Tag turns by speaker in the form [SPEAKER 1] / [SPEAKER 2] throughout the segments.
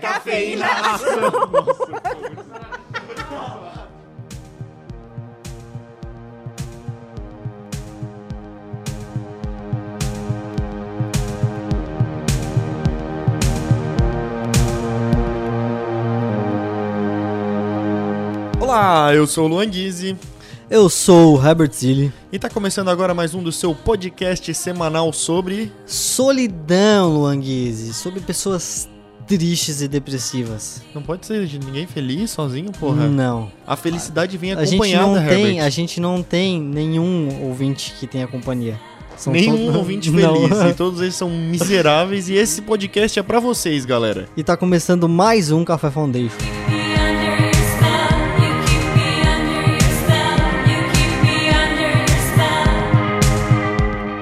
[SPEAKER 1] cafeína.
[SPEAKER 2] Olá, eu sou o Luan Guizzi
[SPEAKER 3] Eu sou o Herbert Zilli.
[SPEAKER 2] e tá começando agora mais um do seu podcast semanal sobre.
[SPEAKER 3] Solidão, Luan Guizzi, sobre pessoas tristes e depressivas.
[SPEAKER 2] Não pode ser de ninguém feliz sozinho, porra.
[SPEAKER 3] Não.
[SPEAKER 2] A felicidade vem
[SPEAKER 3] Hum. A gente
[SPEAKER 2] acompanhada,
[SPEAKER 3] não tem,
[SPEAKER 2] Herbert.
[SPEAKER 3] a gente não tem nenhum ouvinte que tenha companhia. São
[SPEAKER 2] Nenhum
[SPEAKER 3] todos-
[SPEAKER 2] ouvinte
[SPEAKER 3] Não.
[SPEAKER 2] feliz. E todos eles são miseráveis. e esse podcast é pra vocês, galera.
[SPEAKER 3] E tá começando mais um Café Foundation.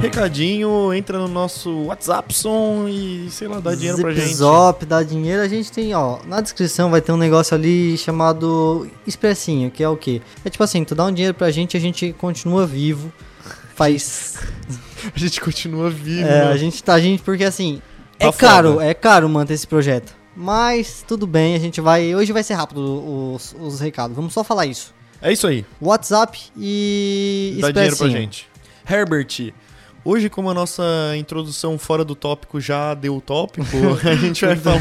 [SPEAKER 2] Recadinho, entra no nosso WhatsApp som e sei lá, dá dinheiro pra gente.
[SPEAKER 3] Zop, dá dinheiro. A gente tem, ó, na descrição vai ter um negócio ali chamado Expressinho, que é o quê? É tipo assim, tu dá um dinheiro pra gente, a gente continua vivo. Faz
[SPEAKER 2] A gente continua vivo. né?
[SPEAKER 3] É, a gente tá, a gente, porque assim, é
[SPEAKER 2] Tá
[SPEAKER 3] caro,
[SPEAKER 2] foda.
[SPEAKER 3] é caro manter esse projeto. Mas tudo bem, a gente vai. Hoje vai ser rápido os, os recados. Vamos só falar isso.
[SPEAKER 2] É isso aí.
[SPEAKER 3] WhatsApp e.
[SPEAKER 2] Dá dinheiro pra
[SPEAKER 3] Expressinho.
[SPEAKER 2] gente. Herbert, hoje, como a nossa introdução fora do tópico já deu o tópico, a gente vai falar.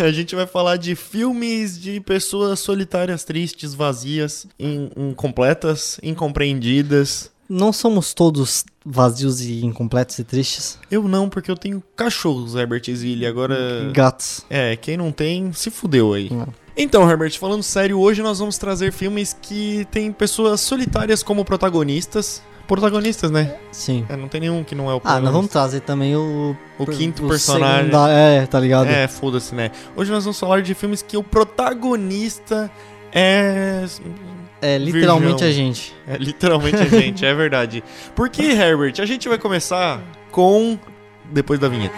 [SPEAKER 2] a gente vai falar de filmes de pessoas solitárias, tristes, vazias, in- incompletas, incompreendidas.
[SPEAKER 3] Não somos todos vazios e incompletos e tristes.
[SPEAKER 2] Eu não, porque eu tenho cachorros, Herbert Zilli. Agora.
[SPEAKER 3] Gatos.
[SPEAKER 2] É, quem não tem, se fudeu aí.
[SPEAKER 3] Não.
[SPEAKER 2] Então, Herbert, falando sério, hoje nós vamos trazer filmes que tem pessoas solitárias como protagonistas. Protagonistas, né?
[SPEAKER 3] Sim.
[SPEAKER 2] É, não tem nenhum que não é o
[SPEAKER 3] Ah, nós vamos
[SPEAKER 2] protagonista.
[SPEAKER 3] trazer também o.
[SPEAKER 2] O quinto personagem.
[SPEAKER 3] segunda- É, tá ligado?
[SPEAKER 2] É, foda-se, né? Hoje nós vamos falar de filmes que o protagonista é.
[SPEAKER 3] É, literalmente
[SPEAKER 2] Virgão.
[SPEAKER 3] a gente.
[SPEAKER 2] é literalmente a gente, é verdade. Porque, Herbert, a gente vai começar com. Depois da vinheta.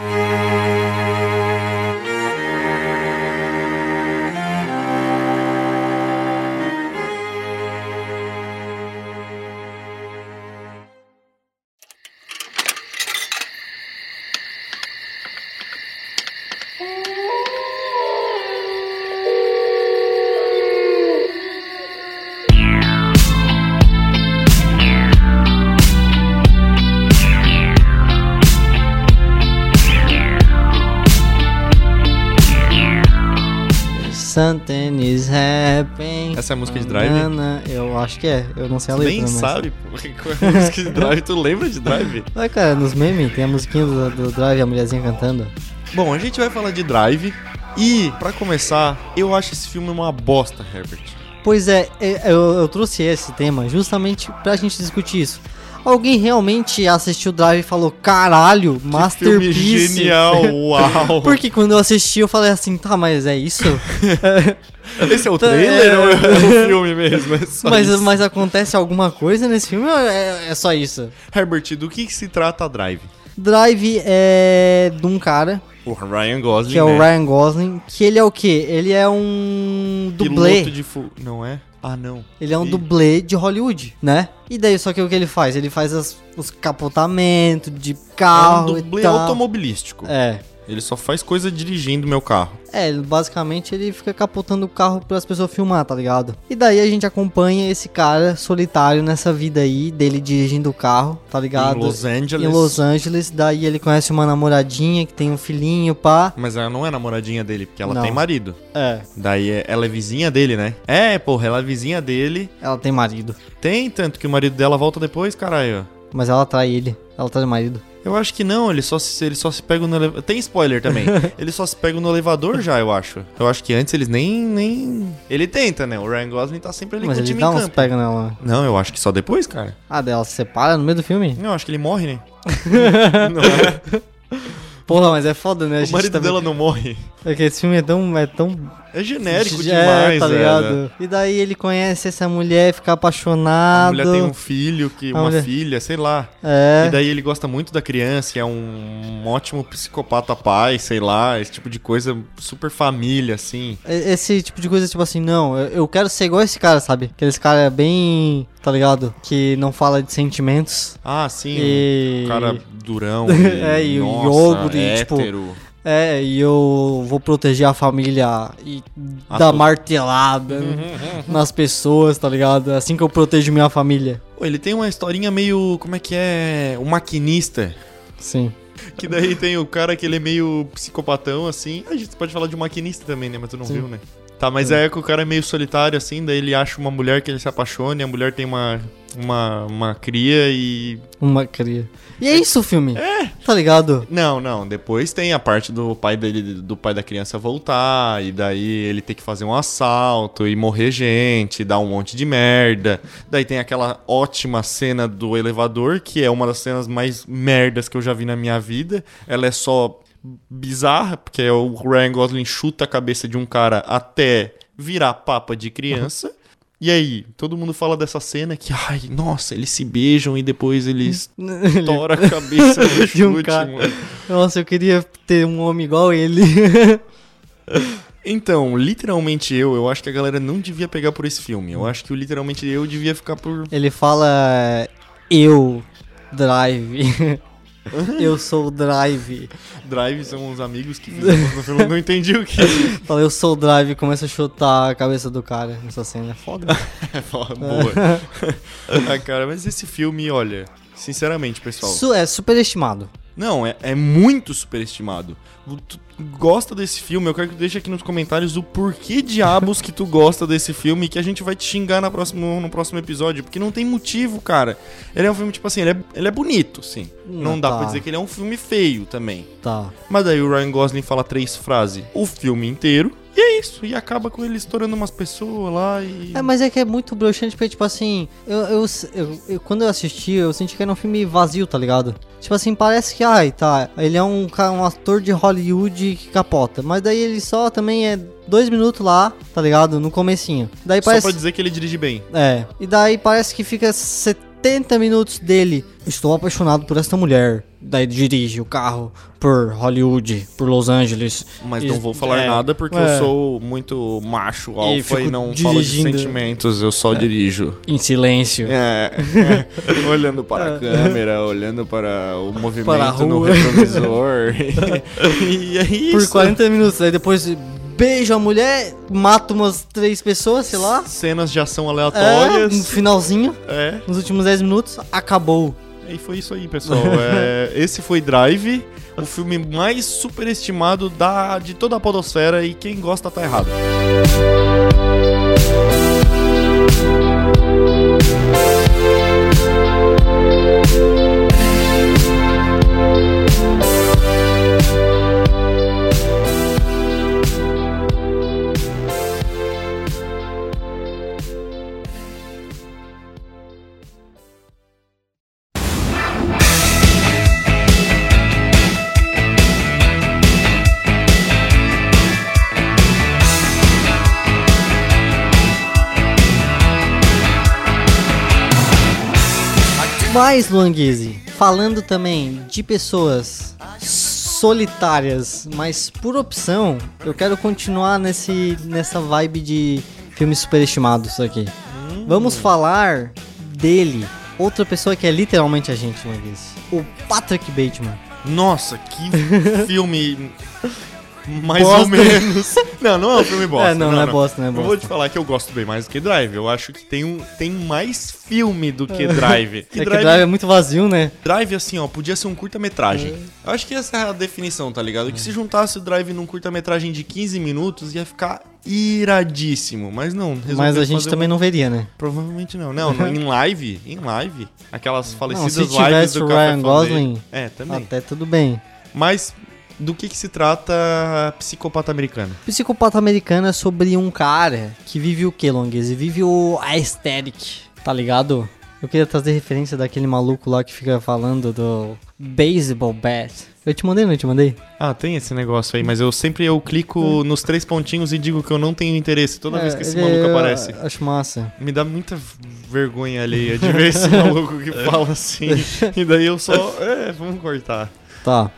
[SPEAKER 3] Something is happening.
[SPEAKER 2] Essa é a música de Drive?
[SPEAKER 3] Nana, eu acho que é, eu não sei a
[SPEAKER 2] Tu
[SPEAKER 3] letra.
[SPEAKER 2] nem
[SPEAKER 3] mas-
[SPEAKER 2] sabe, pô. Qual é a música de Drive? Tu lembra de Drive?
[SPEAKER 3] Ué, cara, nos memes tem a musiquinha do, do Drive, a mulherzinha cantando.
[SPEAKER 2] Bom, a gente vai falar de Drive. E, pra começar, eu acho esse filme uma bosta, Herbert.
[SPEAKER 3] Pois é, é, eu, eu trouxe esse tema justamente pra gente discutir isso. Alguém realmente assistiu o Drive e falou, caralho,
[SPEAKER 2] Filme
[SPEAKER 3] masterpiece.
[SPEAKER 2] genial, uau.
[SPEAKER 3] Porque quando eu assisti eu falei assim, tá, mas é isso?
[SPEAKER 2] Esse é o trailer ou é o filme mesmo? É só
[SPEAKER 3] Tá, mas,
[SPEAKER 2] isso.
[SPEAKER 3] mas acontece alguma coisa nesse filme ou é, é só isso?
[SPEAKER 2] Herbert, do que, que se trata a Drive?
[SPEAKER 3] Drive é de um cara,
[SPEAKER 2] O Ryan Gosling,
[SPEAKER 3] que é o
[SPEAKER 2] né?
[SPEAKER 3] Ryan Gosling, que ele é o quê? Ele é um dublê.
[SPEAKER 2] Piloto de fu... Não é? Ah, não.
[SPEAKER 3] Ele é um
[SPEAKER 2] E-
[SPEAKER 3] dublê de Hollywood, né? E daí, só que o que ele faz? Ele faz as- os capotamentos de
[SPEAKER 2] É
[SPEAKER 3] carro
[SPEAKER 2] um dublê
[SPEAKER 3] Ah, e tal.
[SPEAKER 2] automobilístico.
[SPEAKER 3] É.
[SPEAKER 2] Ele só faz coisa dirigindo meu carro.
[SPEAKER 3] É, ele- basicamente ele fica capotando o carro para as pessoas filmar, tá ligado? E daí a gente acompanha esse cara solitário nessa vida aí, dele dirigindo o carro, tá ligado?
[SPEAKER 2] Em Los Angeles.
[SPEAKER 3] Em Los Angeles, daí ele conhece uma namoradinha que tem um filhinho, pá.
[SPEAKER 2] Mas ela não é namoradinha dele, porque ela
[SPEAKER 3] Não.
[SPEAKER 2] tem marido.
[SPEAKER 3] É,
[SPEAKER 2] Daí é- ela é vizinha dele, né? É, porra, ela é vizinha dele.
[SPEAKER 3] ela tem marido,
[SPEAKER 2] Tem, tanto que o marido dela volta depois, caralho.
[SPEAKER 3] mas ela trai ele, ela trai o marido.
[SPEAKER 2] Eu acho que não, ele só se, ele só se pega no elevador. Tem spoiler também. ele só se pega no elevador já, eu acho. Eu acho que antes eles nem. nem... Ele tenta, né? O Ryan Gosling tá sempre ali
[SPEAKER 3] mas
[SPEAKER 2] com o
[SPEAKER 3] ele
[SPEAKER 2] time
[SPEAKER 3] dá
[SPEAKER 2] em
[SPEAKER 3] uns
[SPEAKER 2] campo.
[SPEAKER 3] pega nela.
[SPEAKER 2] Não, eu acho que só depois, cara.
[SPEAKER 3] Ah, dela se separa no meio do filme?
[SPEAKER 2] Não, eu acho que ele morre, né? Não é?
[SPEAKER 3] Porra, mas é foda, né? A
[SPEAKER 2] O
[SPEAKER 3] gente
[SPEAKER 2] marido
[SPEAKER 3] também-
[SPEAKER 2] dela não morre.
[SPEAKER 3] É que esse filme é tão. É tão
[SPEAKER 2] É genérico
[SPEAKER 3] é,
[SPEAKER 2] demais,
[SPEAKER 3] tá
[SPEAKER 2] é, né?
[SPEAKER 3] ligado? E daí ele conhece essa mulher, fica
[SPEAKER 2] A
[SPEAKER 3] apaixonado.
[SPEAKER 2] mulher tem um filho, que,
[SPEAKER 3] A
[SPEAKER 2] uma
[SPEAKER 3] mulher-
[SPEAKER 2] filha, sei lá. E
[SPEAKER 3] É.
[SPEAKER 2] daí ele gosta muito da criança, e é um ótimo psicopata pai, sei lá, esse tipo de coisa, super família, assim.
[SPEAKER 3] E- Esse tipo de coisa, tipo assim, não, eu- eu quero ser igual esse cara, sabe? Aqueles cara bem. tá ligado? Que não fala de sentimentos.
[SPEAKER 2] Ah, sim.
[SPEAKER 3] e.
[SPEAKER 2] um cara
[SPEAKER 1] gordurão.
[SPEAKER 3] É, e o iogurte, tipo, É, e eu vou proteger a família e
[SPEAKER 1] Ah,
[SPEAKER 3] dar
[SPEAKER 1] tu-
[SPEAKER 3] martelada
[SPEAKER 2] Uhum,
[SPEAKER 3] nas pessoas, tá ligado? É Assim que eu protejo minha família.
[SPEAKER 2] Pô, ele tem uma historinha meio. Como é que é? O maquinista.
[SPEAKER 3] Sim.
[SPEAKER 2] Que daí tem o cara que ele é meio psicopatão, assim. A gente pode falar de um maquinista também, né? Mas tu não
[SPEAKER 3] Sim.
[SPEAKER 2] viu, né? Tá, mas é que o cara é meio solitário, assim. Daí ele acha uma mulher que ele se apaixona e a mulher tem uma, uma, uma cria e.
[SPEAKER 3] Uma cria. E é isso o filme. É. Tá ligado?
[SPEAKER 2] Não, não. Depois tem a parte do pai dele, do pai da criança voltar. E daí ele ter que fazer um assalto e morrer gente, e dar um monte de merda. Daí tem aquela ótima cena do elevador, que é uma das cenas mais merdas que eu já vi na minha vida. Ela é só bizarra, porque é o Ryan Gosling chuta a cabeça de um cara até virar papa de criança. E aí, todo mundo fala dessa cena que, ai, nossa, eles se beijam e depois eles tora a cabeça no
[SPEAKER 3] De um
[SPEAKER 2] chute,
[SPEAKER 3] cara.
[SPEAKER 2] mano.
[SPEAKER 3] Nossa, eu queria ter um homem igual ele.
[SPEAKER 2] Então, literalmente eu, eu acho que a galera não devia pegar por esse filme. Eu acho que o literalmente eu devia ficar por.
[SPEAKER 3] Ele fala. Eu, Drive. eu sou o Drive.
[SPEAKER 2] Drive são uns amigos que fizeram, mas eu não entendi o que. é.
[SPEAKER 3] Fala, eu sou o Drive e começa a chutar a cabeça do cara nessa cena. É foda.
[SPEAKER 2] É, fala, boa. ah, cara, mas esse filme, olha, sinceramente, pessoal.
[SPEAKER 3] Su é superestimado.
[SPEAKER 2] Não, é, é muito superestimado. Tu gosta desse filme? Eu quero que tu deixe aqui nos comentários o porquê diabos que tu gosta desse filme que a gente vai te xingar na próxima, no próximo episódio, porque não tem motivo, cara. Ele é um filme, tipo assim, ele é, ele é bonito, sim. Não,
[SPEAKER 3] Não
[SPEAKER 2] dá
[SPEAKER 3] tá.
[SPEAKER 2] pra dizer que ele é um filme feio também.
[SPEAKER 3] Tá.
[SPEAKER 2] Mas daí o Ryan Gosling fala três frases o filme inteiro, e é isso. E acaba com ele estourando umas pessoas lá e...
[SPEAKER 3] É, mas é que é muito broxante, porque, tipo assim, eu, eu, eu- eu- quando eu assisti, eu senti que era um filme vazio, tá ligado? Tipo assim, parece que, ai, tá, ele é um, ca- um ator de Hollywood que capota, mas daí ele só também é dois minutos lá, tá ligado? No comecinho. Daí
[SPEAKER 2] Só
[SPEAKER 3] parece...
[SPEAKER 2] pra dizer que ele dirige bem.
[SPEAKER 3] É, e daí parece que fica 70 minutos dele. Estou apaixonado por esta mulher. Daí dirige o carro por Hollywood, por Los Angeles.
[SPEAKER 2] Mas
[SPEAKER 3] E-
[SPEAKER 2] não vou falar
[SPEAKER 3] é,
[SPEAKER 2] nada porque
[SPEAKER 3] é.
[SPEAKER 2] eu sou muito macho, alfa e,
[SPEAKER 3] fico
[SPEAKER 2] não falo de
[SPEAKER 3] dirigindo. É.
[SPEAKER 2] sentimentos, eu só dirijo.
[SPEAKER 3] Em silêncio.
[SPEAKER 2] É, é, olhando para a câmera, olhando para o movimento
[SPEAKER 3] Para a
[SPEAKER 2] no
[SPEAKER 3] rua.
[SPEAKER 2] retrovisor. e é
[SPEAKER 3] Por
[SPEAKER 2] isso.
[SPEAKER 3] 40 minutos. Daí depois beijo a mulher, mata umas três pessoas, sei lá.
[SPEAKER 2] Cenas de ação
[SPEAKER 3] É, no
[SPEAKER 2] aleatórias.
[SPEAKER 3] finalzinho,
[SPEAKER 2] É,
[SPEAKER 3] nos últimos 10 minutos, acabou.
[SPEAKER 2] e foi isso aí, pessoal. É, esse foi Drive, o filme mais superestimado da, de toda a podosfera e quem gosta tá errado.
[SPEAKER 3] Mas, Luanguese, falando também de pessoas solitárias, mas por opção, eu quero continuar nesse, nessa vibe de filmes superestimados aqui.
[SPEAKER 2] Hum.
[SPEAKER 3] Vamos falar dele, outra pessoa que é literalmente a gente, Luanguese. O Patrick Bateman.
[SPEAKER 2] Nossa, que filme. Mais ou
[SPEAKER 3] Bosta.
[SPEAKER 2] menos. Não, não é um filme bosta.
[SPEAKER 3] É, não, não é bosta, não é
[SPEAKER 2] Eu vou
[SPEAKER 3] bosta.
[SPEAKER 2] te falar que eu gosto bem mais do que Drive. Eu acho que tem, um, tem mais filme do que Drive. Que
[SPEAKER 3] é que
[SPEAKER 2] Drive,
[SPEAKER 3] Drive é muito vazio, né?
[SPEAKER 2] Drive, assim, ó, podia ser um curta-metragem. Eu acho que essa é a definição, tá ligado?
[SPEAKER 3] É.
[SPEAKER 2] Que se juntasse o Drive num curta-metragem de 15 minutos, ia ficar iradíssimo. Mas não,
[SPEAKER 3] Mas
[SPEAKER 2] resolveram
[SPEAKER 3] a gente
[SPEAKER 2] fazer
[SPEAKER 3] também não veria, né?
[SPEAKER 2] um- Provavelmente não. Não, em live, em live. Aquelas falecidas
[SPEAKER 3] se
[SPEAKER 2] lives
[SPEAKER 3] tivesse
[SPEAKER 2] do
[SPEAKER 3] o
[SPEAKER 2] Café
[SPEAKER 3] Ryan
[SPEAKER 2] Fandango.
[SPEAKER 3] Gosling,
[SPEAKER 2] É, também.
[SPEAKER 3] Até tudo bem.
[SPEAKER 2] Mas do que, que se trata Psicopata Americano?
[SPEAKER 3] Psicopata Americana é sobre um cara que vive o que, Longues? Vive o aesthetic, tá ligado? Eu queria trazer referência daquele maluco lá que fica falando do baseball bat. Eu te mandei, não te mandei?
[SPEAKER 2] Ah, tem esse negócio aí, mas eu sempre eu clico nos três pontinhos e digo que eu não tenho interesse toda vez que esse
[SPEAKER 3] É,
[SPEAKER 2] maluco
[SPEAKER 3] eu
[SPEAKER 2] aparece.
[SPEAKER 3] Acho massa.
[SPEAKER 2] Me dá muita vergonha alheia de ver esse maluco que fala assim. E daí eu só. É, vamos cortar.
[SPEAKER 3] Tá.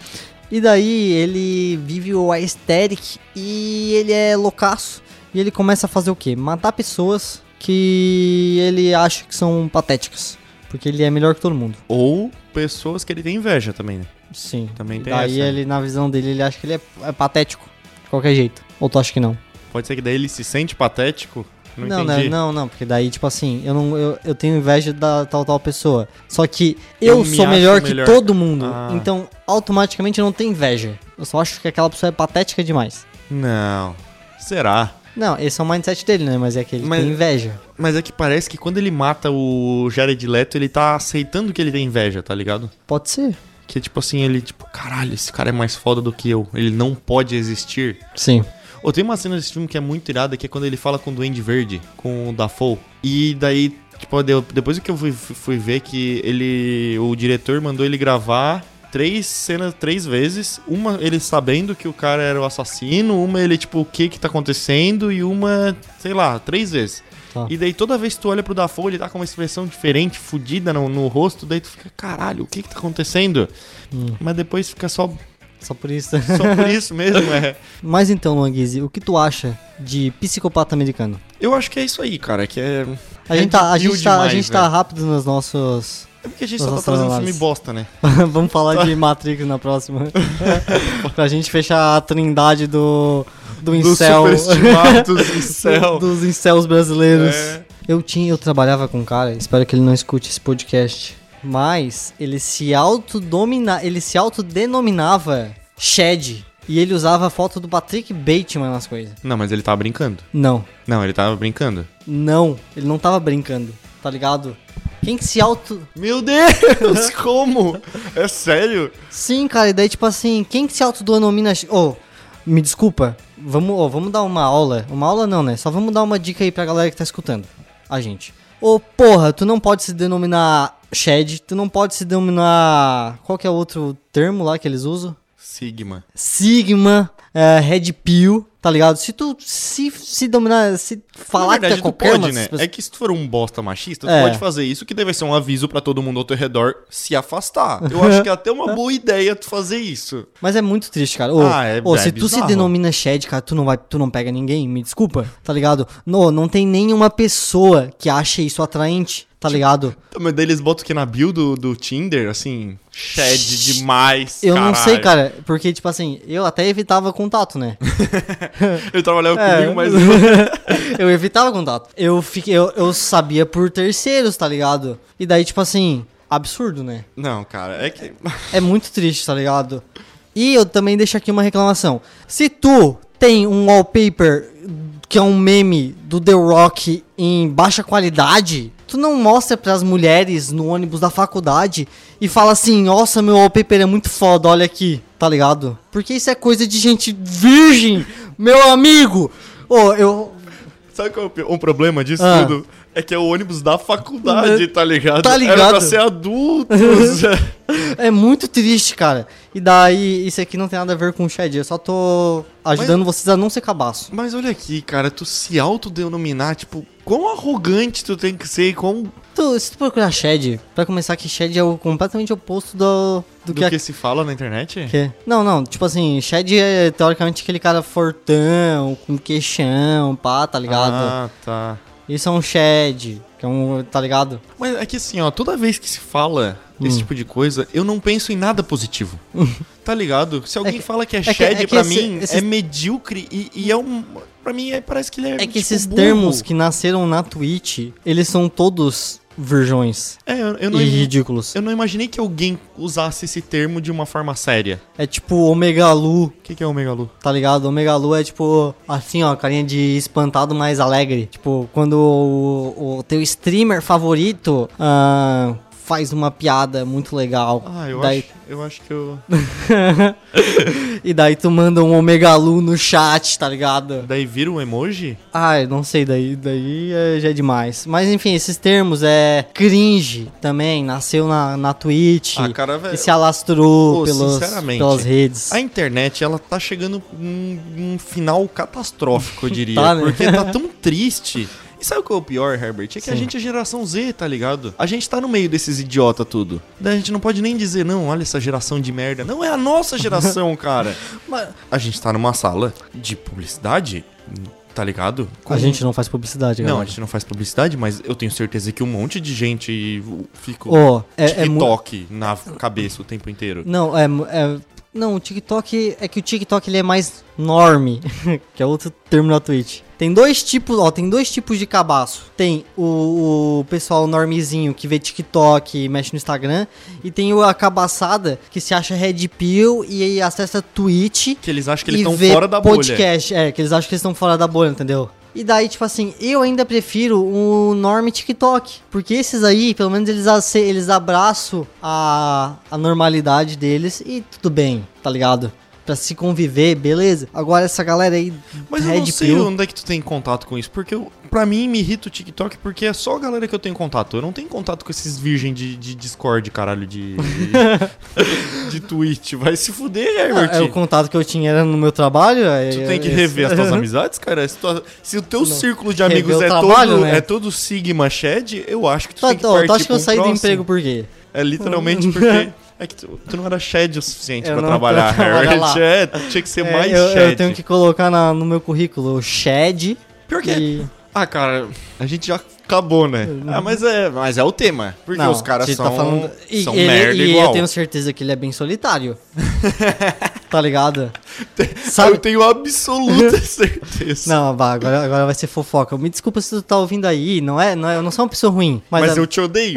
[SPEAKER 3] E daí ele vive o aesthetic e ele é loucaço. E ele começa a fazer o quê? Matar pessoas que ele acha que são patéticas. Porque ele é melhor que todo mundo.
[SPEAKER 2] Ou pessoas que ele tem inveja também, né?
[SPEAKER 3] Sim.
[SPEAKER 2] Também tem
[SPEAKER 3] Daí
[SPEAKER 2] essa, né?
[SPEAKER 3] ele, na visão dele, ele acha que ele é, é patético. De qualquer jeito. Ou tu acha que não?
[SPEAKER 2] Pode ser que daí ele se sente patético. Não,
[SPEAKER 3] Não, né?
[SPEAKER 2] entendi.
[SPEAKER 3] não, não, porque daí, tipo assim, eu não eu, eu tenho inveja da tal tal pessoa. Só que eu,
[SPEAKER 2] Eu me
[SPEAKER 3] sou
[SPEAKER 2] acho
[SPEAKER 3] melhor que
[SPEAKER 2] melhor.
[SPEAKER 3] todo mundo.
[SPEAKER 2] Ah.
[SPEAKER 3] Então, automaticamente eu não tenho inveja. Eu só acho que aquela pessoa é patética demais.
[SPEAKER 2] Não. Será?
[SPEAKER 3] Não, esse é o mindset dele, né? Mas é que ele
[SPEAKER 2] Mas-
[SPEAKER 3] tem inveja.
[SPEAKER 2] Mas é que parece que quando ele mata o Jared Leto, ele tá aceitando que ele tem inveja, tá ligado?
[SPEAKER 3] Pode ser.
[SPEAKER 2] Que tipo assim, ele tipo, caralho, esse cara é mais foda do que eu. Ele não pode existir.
[SPEAKER 3] Sim.
[SPEAKER 2] Ou tem uma cena desse filme que é muito irada, que é quando ele fala com o Duende Verde, com o Dafoe. E daí, tipo, de- depois que eu fui, fui ver que ele. O diretor mandou ele gravar três cenas três vezes. Uma ele sabendo que o cara era o assassino, uma ele, tipo, o que que tá acontecendo, e uma, sei lá, três vezes.
[SPEAKER 3] Tá.
[SPEAKER 2] E daí toda vez que tu olha pro Dafoe, ele tá com uma expressão diferente, fudida no, no rosto, daí tu fica, caralho, o que que tá acontecendo?
[SPEAKER 3] Hum.
[SPEAKER 2] Mas depois fica só,
[SPEAKER 3] Só por isso.
[SPEAKER 2] só por isso mesmo, é.
[SPEAKER 3] Mas então, Luanguise, o que tu acha de psicopata americano?
[SPEAKER 2] Eu acho que é isso aí, cara, que é...
[SPEAKER 3] A gente tá, a
[SPEAKER 2] Rendiu
[SPEAKER 3] gente tá, a
[SPEAKER 2] demais,
[SPEAKER 3] gente tá rápido nos nossos.
[SPEAKER 2] É porque a gente
[SPEAKER 3] Nossa,
[SPEAKER 2] só tá trazendo
[SPEAKER 3] nossa.
[SPEAKER 2] filme bosta, né?
[SPEAKER 3] Vamos falar de Matrix na próxima. pra gente fechar a trindade do, do incel.
[SPEAKER 2] superestimados, incel.
[SPEAKER 3] Dos incels brasileiros.
[SPEAKER 2] É.
[SPEAKER 3] Eu tinha, eu trabalhava com um cara, espero que ele não escute esse podcast. Mas ele se autodomina, ele se autodenominava Shed. E ele usava a foto do Patrick Bateman nas coisas.
[SPEAKER 2] Não, mas ele tava brincando.
[SPEAKER 3] Não,
[SPEAKER 2] Não, ele tava brincando.
[SPEAKER 3] não, ele não tava brincando, tá ligado? Quem que se auto.
[SPEAKER 2] Meu Deus, como? É sério?
[SPEAKER 3] Sim, cara, e daí, tipo assim, quem que se autodenomina. Ô, me desculpa, vamos, ô, vamos dar uma aula. Uma aula não, né? Só vamos dar uma dica aí pra galera que tá escutando a gente. Ô, porra, tu não pode se denominar Shed, tu não pode se denominar. Qual que é o outro termo lá que eles usam?
[SPEAKER 2] Sigma.
[SPEAKER 3] Sigma, é, Red Pill, tá ligado? Se tu se, se dominar, se falar
[SPEAKER 2] Na verdade,
[SPEAKER 3] que tu é
[SPEAKER 2] tu
[SPEAKER 3] qualquer
[SPEAKER 2] pode,
[SPEAKER 3] uma
[SPEAKER 2] né?
[SPEAKER 3] dessas pessoas-
[SPEAKER 2] É que se tu for um bosta machista, tu
[SPEAKER 3] É.
[SPEAKER 2] pode fazer isso, que deve ser um aviso pra todo mundo ao teu redor se afastar. Eu acho que é até uma boa ideia tu fazer isso.
[SPEAKER 3] Mas é muito triste, cara. Ô,
[SPEAKER 2] Ah, é-
[SPEAKER 3] ô,
[SPEAKER 2] é
[SPEAKER 3] se tu se
[SPEAKER 2] bizarro.
[SPEAKER 3] denomina Shed, cara, tu não vai, tu não pega ninguém, me desculpa, tá ligado? Não, não tem nenhuma pessoa que ache isso atraente, tá ligado?
[SPEAKER 2] Então, mas daí eles botam o que na build do, do Tinder, assim, shed demais,
[SPEAKER 3] Eu não sei,
[SPEAKER 2] caralho.
[SPEAKER 3] cara, porque tipo assim, eu até evitava contato, né?
[SPEAKER 2] Eu trabalhava
[SPEAKER 3] É.
[SPEAKER 2] comigo, mas...
[SPEAKER 3] eu evitava contato. Eu fiquei, eu, eu sabia por terceiros, tá ligado? E daí tipo assim, absurdo, né?
[SPEAKER 2] Não, cara, é que...
[SPEAKER 3] É muito triste, tá ligado? E eu também deixo aqui uma reclamação. Se tu tem um wallpaper que é um meme do The Rock em baixa qualidade, tu não mostra pras mulheres no ônibus da faculdade e fala assim: "Nossa, meu wallpaper é muito foda, olha aqui", tá ligado? Porque isso é coisa de gente virgem, meu amigo. Ô, eu
[SPEAKER 2] Sabe qual é o pi- o problema disso
[SPEAKER 3] Ah.
[SPEAKER 2] tudo? É que é o ônibus da faculdade, tá ligado?
[SPEAKER 3] Tá
[SPEAKER 2] Era
[SPEAKER 3] ligado.
[SPEAKER 2] pra ser adultos.
[SPEAKER 3] é muito triste, cara. E daí isso aqui não tem nada a ver com o Shed, eu só tô ajudando vocês a não ser cabaço.
[SPEAKER 2] Mas olha aqui, cara, tu se autodenominar, tipo, quão arrogante tu tem que ser, quão...
[SPEAKER 3] Tu- se tu procurar Shed, pra começar que Shed é o completamente oposto do, do,
[SPEAKER 2] do
[SPEAKER 3] que,
[SPEAKER 2] que,
[SPEAKER 3] a-
[SPEAKER 2] se fala na internet?
[SPEAKER 3] que- Não, não, tipo assim, Shed é teoricamente aquele cara fortão, com queixão, pá, tá ligado?
[SPEAKER 2] Ah, tá.
[SPEAKER 3] Isso é um Shed, que é um, tá ligado?
[SPEAKER 2] Mas é que assim, ó, toda vez que se fala
[SPEAKER 3] Hum.
[SPEAKER 2] esse tipo de coisa, eu não penso em nada positivo. tá ligado? Se alguém
[SPEAKER 3] que-
[SPEAKER 2] fala que é,
[SPEAKER 3] Hum. é que-
[SPEAKER 2] shed,
[SPEAKER 3] é que
[SPEAKER 2] pra
[SPEAKER 3] esse-
[SPEAKER 2] mim,
[SPEAKER 3] esses-
[SPEAKER 2] é medíocre e, e é um... Pra mim, é- parece que ele é,
[SPEAKER 3] É que
[SPEAKER 2] tipo,
[SPEAKER 3] esses
[SPEAKER 2] burro.
[SPEAKER 3] termos que nasceram na Twitch, eles são todos virgões
[SPEAKER 2] É, eu, eu
[SPEAKER 3] e
[SPEAKER 2] não...
[SPEAKER 3] ridículos.
[SPEAKER 2] Eu não imaginei que alguém usasse esse termo de uma forma séria.
[SPEAKER 3] É tipo Omega Lu,
[SPEAKER 2] O que, que é o Megalu?
[SPEAKER 3] tá ligado? Omega Lu é tipo, assim ó, carinha de espantado mais alegre. Tipo, quando o, o teu streamer favorito ah, faz uma piada muito legal.
[SPEAKER 2] Ah, eu,
[SPEAKER 3] daí,
[SPEAKER 2] acho, eu acho que eu.
[SPEAKER 3] E daí tu manda um Omega Lu no chat, tá ligado?
[SPEAKER 2] Daí vira um emoji?
[SPEAKER 3] Ai, não sei, daí, daí é- já é demais. Mas enfim, esses termos é cringe também, nasceu na, na Twitch.
[SPEAKER 2] Ah, cara, velho.
[SPEAKER 3] E se alastrou
[SPEAKER 2] Pô,
[SPEAKER 3] pelos,
[SPEAKER 2] sinceramente,
[SPEAKER 3] pelas redes.
[SPEAKER 2] A internet, ela tá chegando num, num final catastrófico, eu diria.
[SPEAKER 3] Tá, né?
[SPEAKER 2] Porque tá tão triste. E sabe o que é o pior, Herbert? É que a
[SPEAKER 3] Sim.
[SPEAKER 2] gente é geração Z, tá ligado? A gente tá no meio desses idiota tudo. Daí a gente não pode nem dizer, não, olha essa geração de merda. Não é a nossa geração, cara.
[SPEAKER 3] Mas-
[SPEAKER 2] A gente tá numa sala de publicidade. tá ligado? Com-
[SPEAKER 3] A gente não faz publicidade,
[SPEAKER 2] Não, a
[SPEAKER 3] galera.
[SPEAKER 2] gente não faz publicidade, mas eu tenho certeza que um monte de gente ficou
[SPEAKER 3] Ó, é, é mu-
[SPEAKER 2] TikTok na cabeça o tempo inteiro.
[SPEAKER 3] Não, é, mu- é- Não, o TikTok. É que o TikTok ele é mais norme, que é outro termo na Twitch. Tem dois tipos, ó, tem dois tipos de cabaço. Tem o, o pessoal normezinho que vê TikTok e mexe no Instagram. E tem o- a cabaçada que se acha Red Pill e aí acessa Twitch
[SPEAKER 2] Que eles acham que eles
[SPEAKER 3] e
[SPEAKER 2] estão
[SPEAKER 3] ver
[SPEAKER 2] fora da bolha.
[SPEAKER 3] podcast, é, que eles acham que eles estão fora da bolha, entendeu? E daí, tipo assim, eu ainda prefiro o Norm TikTok. Porque esses aí, pelo menos, eles, ace- eles abraçam a, a normalidade deles e tudo bem, tá ligado? Pra se conviver, beleza. Agora essa galera aí.
[SPEAKER 2] Mas eu
[SPEAKER 3] Red
[SPEAKER 2] não sei
[SPEAKER 3] Pill.
[SPEAKER 2] onde é que tu tem contato com isso, porque eu, pra mim me irrita o TikTok porque é só a galera que eu tenho contato. Eu não tenho contato com esses virgem de, de Discord, caralho, de. de Twitch. Vai se fuder, Herbert.
[SPEAKER 3] É, o contato que eu tinha era no meu trabalho. é,
[SPEAKER 2] Tu tem que rever as tuas amizades, cara. Se, tua- se o teu círculo de
[SPEAKER 3] Rever
[SPEAKER 2] amigos
[SPEAKER 3] o
[SPEAKER 2] é,
[SPEAKER 3] trabalho,
[SPEAKER 2] todo,
[SPEAKER 3] né?
[SPEAKER 2] é todo Sigma Shed, eu acho que tu
[SPEAKER 3] Tu,
[SPEAKER 2] tem que
[SPEAKER 3] tu,
[SPEAKER 2] partir
[SPEAKER 3] tu acha Tá, que
[SPEAKER 2] pra
[SPEAKER 3] eu
[SPEAKER 2] um
[SPEAKER 3] saí do
[SPEAKER 2] próximo.
[SPEAKER 3] emprego por quê?
[SPEAKER 2] É literalmente porque. É que tu, tu não era Shed o suficiente
[SPEAKER 3] Eu
[SPEAKER 2] pra
[SPEAKER 3] não-
[SPEAKER 2] trabalhar,
[SPEAKER 3] pra trabalhar
[SPEAKER 2] Herbert.
[SPEAKER 3] lá.
[SPEAKER 2] É, tu tinha que ser
[SPEAKER 3] É,
[SPEAKER 2] mais
[SPEAKER 3] eu,
[SPEAKER 2] Shed.
[SPEAKER 3] eu tenho que colocar na- no meu currículo o Shed.
[SPEAKER 2] Pior que.
[SPEAKER 3] e-
[SPEAKER 2] Ah, cara, a gente já acabou, né?
[SPEAKER 3] Uhum.
[SPEAKER 2] Ah, mas é, mas é o tema. Porque os caras
[SPEAKER 3] você
[SPEAKER 2] são,
[SPEAKER 3] tá falando... e
[SPEAKER 2] são
[SPEAKER 3] ele-
[SPEAKER 2] merda
[SPEAKER 3] e
[SPEAKER 2] igual.
[SPEAKER 3] eu tenho certeza que ele é bem solitário. tá ligado?
[SPEAKER 2] Ah,
[SPEAKER 3] Sabe?
[SPEAKER 2] eu tenho absoluta certeza.
[SPEAKER 3] Não, vá, agora, agora vai ser fofoca. Me desculpa se tu tá ouvindo aí, não é? Não é eu não sou uma pessoa ruim. Mas,
[SPEAKER 2] mas
[SPEAKER 3] a-
[SPEAKER 2] eu te odeio.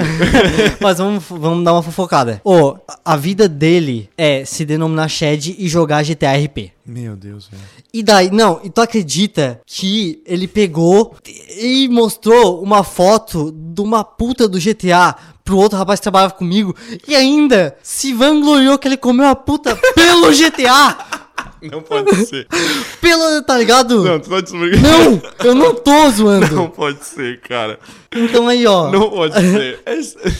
[SPEAKER 3] mas vamos, vamos dar uma fofocada. Ô, a- a vida dele é se denominar Shed e jogar GTA RP.
[SPEAKER 2] Meu Deus, velho.
[SPEAKER 3] E daí, não, e tu acredita que ele pegou e mostrou uma foto de uma puta do GTA pro outro rapaz que trabalhava comigo e ainda se vangloriou que ele comeu a puta pelo GTA?
[SPEAKER 2] Não pode ser.
[SPEAKER 3] Pelo, tá ligado?
[SPEAKER 2] Não,
[SPEAKER 3] Não,
[SPEAKER 2] tu tá desbrigando.
[SPEAKER 3] eu não tô zoando.
[SPEAKER 2] Não pode ser, cara.
[SPEAKER 3] Então aí, ó,
[SPEAKER 2] Não pode ser. É-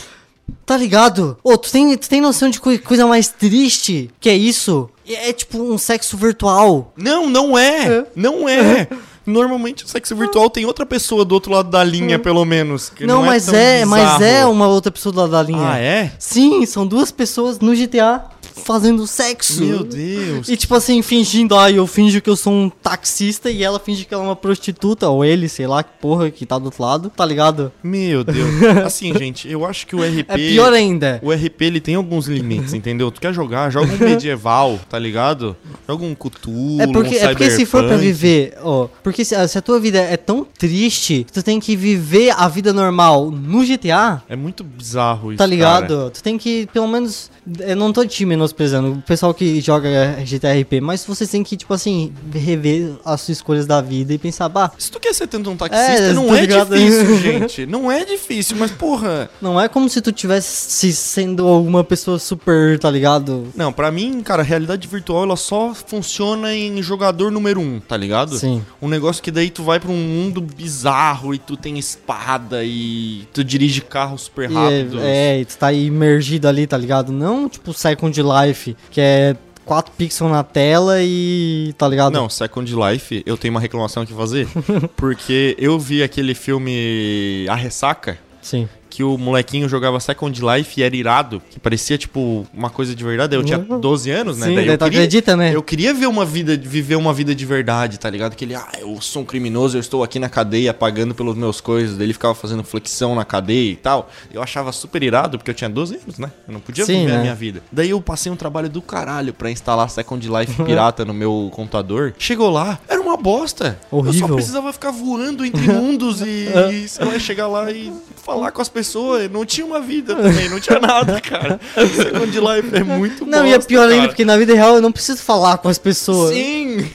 [SPEAKER 3] tá ligado? Ô, tu tem, tu tem noção de coi- coisa mais triste que é isso? É, é tipo um sexo virtual.
[SPEAKER 2] Não, não é. Não é. Normalmente o sexo virtual tem outra pessoa do outro lado da linha, pelo menos. que
[SPEAKER 3] Hum. Não, mas
[SPEAKER 2] tão
[SPEAKER 3] é, mas é
[SPEAKER 2] bizarro.
[SPEAKER 3] uma outra pessoa do lado da linha.
[SPEAKER 2] Ah, é?
[SPEAKER 3] Sim, são duas pessoas no GTA fazendo sexo.
[SPEAKER 2] Meu Deus.
[SPEAKER 3] E tipo assim, fingindo, ah, eu finjo que eu sou um taxista e ela finge que ela é uma prostituta, ou ele, sei lá, que porra, que tá do outro lado, tá ligado?
[SPEAKER 2] Meu Deus. Assim, gente, eu acho que o RP.
[SPEAKER 3] É pior ainda.
[SPEAKER 2] O RP ele tem alguns limites, entendeu? Tu quer jogar, joga um medieval, tá ligado? Joga um Cthulhu,
[SPEAKER 3] É porque,
[SPEAKER 2] um
[SPEAKER 3] é porque se for pra
[SPEAKER 2] Cyberpunk.
[SPEAKER 3] viver, ó, porque se, se a tua vida é tão triste, tu tem que viver a vida normal no GTA,
[SPEAKER 2] É muito bizarro isso,
[SPEAKER 3] tá ligado?
[SPEAKER 2] cara.
[SPEAKER 3] Tu tem que, pelo menos, eu não tô te menosprezando, o pessoal que joga GTRP, mas você tem que, tipo assim, rever as suas escolhas da vida e pensar, bah,
[SPEAKER 2] Se tu quer ser tanto um taxista,
[SPEAKER 3] É,
[SPEAKER 2] não
[SPEAKER 3] tá
[SPEAKER 2] é
[SPEAKER 3] ligado?
[SPEAKER 2] difícil, gente. Não é difícil, mas porra...
[SPEAKER 3] Não é como se tu tivesse se sendo alguma pessoa super, tá ligado?
[SPEAKER 2] Não, pra mim, cara, a realidade virtual ela só funciona em jogador número um, tá ligado?
[SPEAKER 3] Sim.
[SPEAKER 2] Um negócio que daí tu vai pra um mundo bizarro e tu tem espada e tu dirige carro super
[SPEAKER 3] E
[SPEAKER 2] rápido.
[SPEAKER 3] é, e tu tá imergido ali, tá ligado? Não tipo Second Life, que é 4 pixels na tela e. tá ligado?
[SPEAKER 2] Não, Second Life, eu tenho uma reclamação que fazer, porque eu vi aquele filme A Ressaca,
[SPEAKER 3] Sim.
[SPEAKER 2] que o molequinho jogava Second Life e era irado, que parecia tipo uma coisa de verdade. Eu tinha 12 anos, né?
[SPEAKER 3] Uhum. Sim, daí
[SPEAKER 2] eu
[SPEAKER 3] tu acredita, né?
[SPEAKER 2] Eu queria ver uma vida, viver uma vida de verdade, tá ligado? Que ele, ah, eu sou um criminoso, eu estou aqui na cadeia pagando pelos meus coisas. Daí ele ficava fazendo flexão na cadeia e tal. Eu achava super irado, porque eu tinha 12 anos, né? Eu não podia
[SPEAKER 3] Sim,
[SPEAKER 2] viver a
[SPEAKER 3] né?
[SPEAKER 2] minha vida. Daí eu passei um trabalho do caralho pra instalar Second Life pirata no meu computador. Chegou lá, era uma bosta. Eu só
[SPEAKER 3] Horrível. É.
[SPEAKER 2] precisava ficar voando entre mundos e, e, sei lá, chegar lá e falar com as pessoas. Não tinha uma vida também, não tinha nada, cara. Second Life é muito
[SPEAKER 3] Não, e é
[SPEAKER 2] bosta,
[SPEAKER 3] pior ainda,
[SPEAKER 2] cara.
[SPEAKER 3] porque é na vida real eu não preciso falar com as pessoas.
[SPEAKER 2] Sim!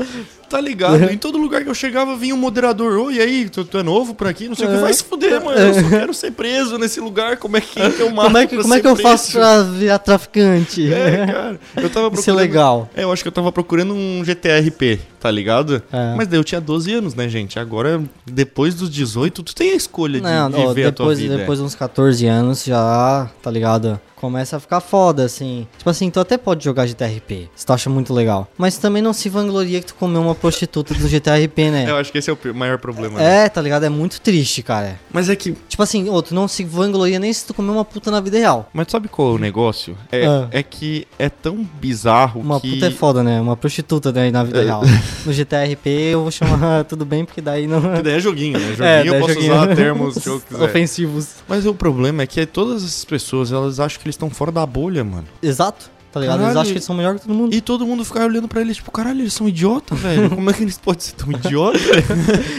[SPEAKER 2] Tá ligado?
[SPEAKER 3] É.
[SPEAKER 2] Em todo lugar que eu chegava vinha um moderador. Oi, e aí, tu, tu é novo por aqui? Não sei o que. Vai se fuder, mano. Eu só quero ser preso nesse lugar. Como é que eu mato
[SPEAKER 3] É. Como é que,
[SPEAKER 2] pra
[SPEAKER 3] como é
[SPEAKER 2] ser
[SPEAKER 3] que eu
[SPEAKER 2] preso?
[SPEAKER 3] faço pra virar traficante?
[SPEAKER 2] É, cara. Eu tava procurando...
[SPEAKER 3] Isso é legal.
[SPEAKER 2] É, eu acho que eu tava procurando um GTRP, tá ligado?
[SPEAKER 3] É.
[SPEAKER 2] Mas daí eu tinha 12 anos, né, gente? Agora, depois dos 18, tu tem a escolha de
[SPEAKER 3] Não, ó,
[SPEAKER 2] viver a tua
[SPEAKER 3] depois,
[SPEAKER 2] vida. é.
[SPEAKER 3] depois de uns 14 anos já, tá ligado? começa a ficar foda, assim. Tipo assim, tu até pode jogar GTRP, se tu acha muito legal. Mas também não se vangloria que tu comeu uma prostituta do GTRP, né?
[SPEAKER 2] Eu acho que esse é o pi- maior problema. né?
[SPEAKER 3] É, tá ligado? É muito triste, cara.
[SPEAKER 2] Mas é que.
[SPEAKER 3] Tipo assim, ô, tu não se vangloria nem se tu comer uma puta na vida real.
[SPEAKER 2] Mas sabe qual é o negócio? É,
[SPEAKER 3] Ah.
[SPEAKER 2] é que é tão bizarro
[SPEAKER 3] Uma
[SPEAKER 2] que.
[SPEAKER 3] puta é foda, né? Uma prostituta né, na vida
[SPEAKER 2] É.
[SPEAKER 3] real. No GTRP eu vou chamar tudo bem, porque daí não.
[SPEAKER 2] que daí é joguinho, né? Joguinho
[SPEAKER 3] É,
[SPEAKER 2] eu
[SPEAKER 3] daí
[SPEAKER 2] posso
[SPEAKER 3] joguinho.
[SPEAKER 2] usar termos que eu quiser.
[SPEAKER 3] ofensivos.
[SPEAKER 2] Mas o problema é que todas essas pessoas, elas acham que eles estão fora da bolha, mano.
[SPEAKER 3] Exato, tá ligado? Eles
[SPEAKER 2] Caralho.
[SPEAKER 3] acham que eles são melhor que todo mundo.
[SPEAKER 2] E todo mundo fica olhando pra eles, tipo, caralho, eles são idiota, velho. Como é que eles podem ser tão idiota?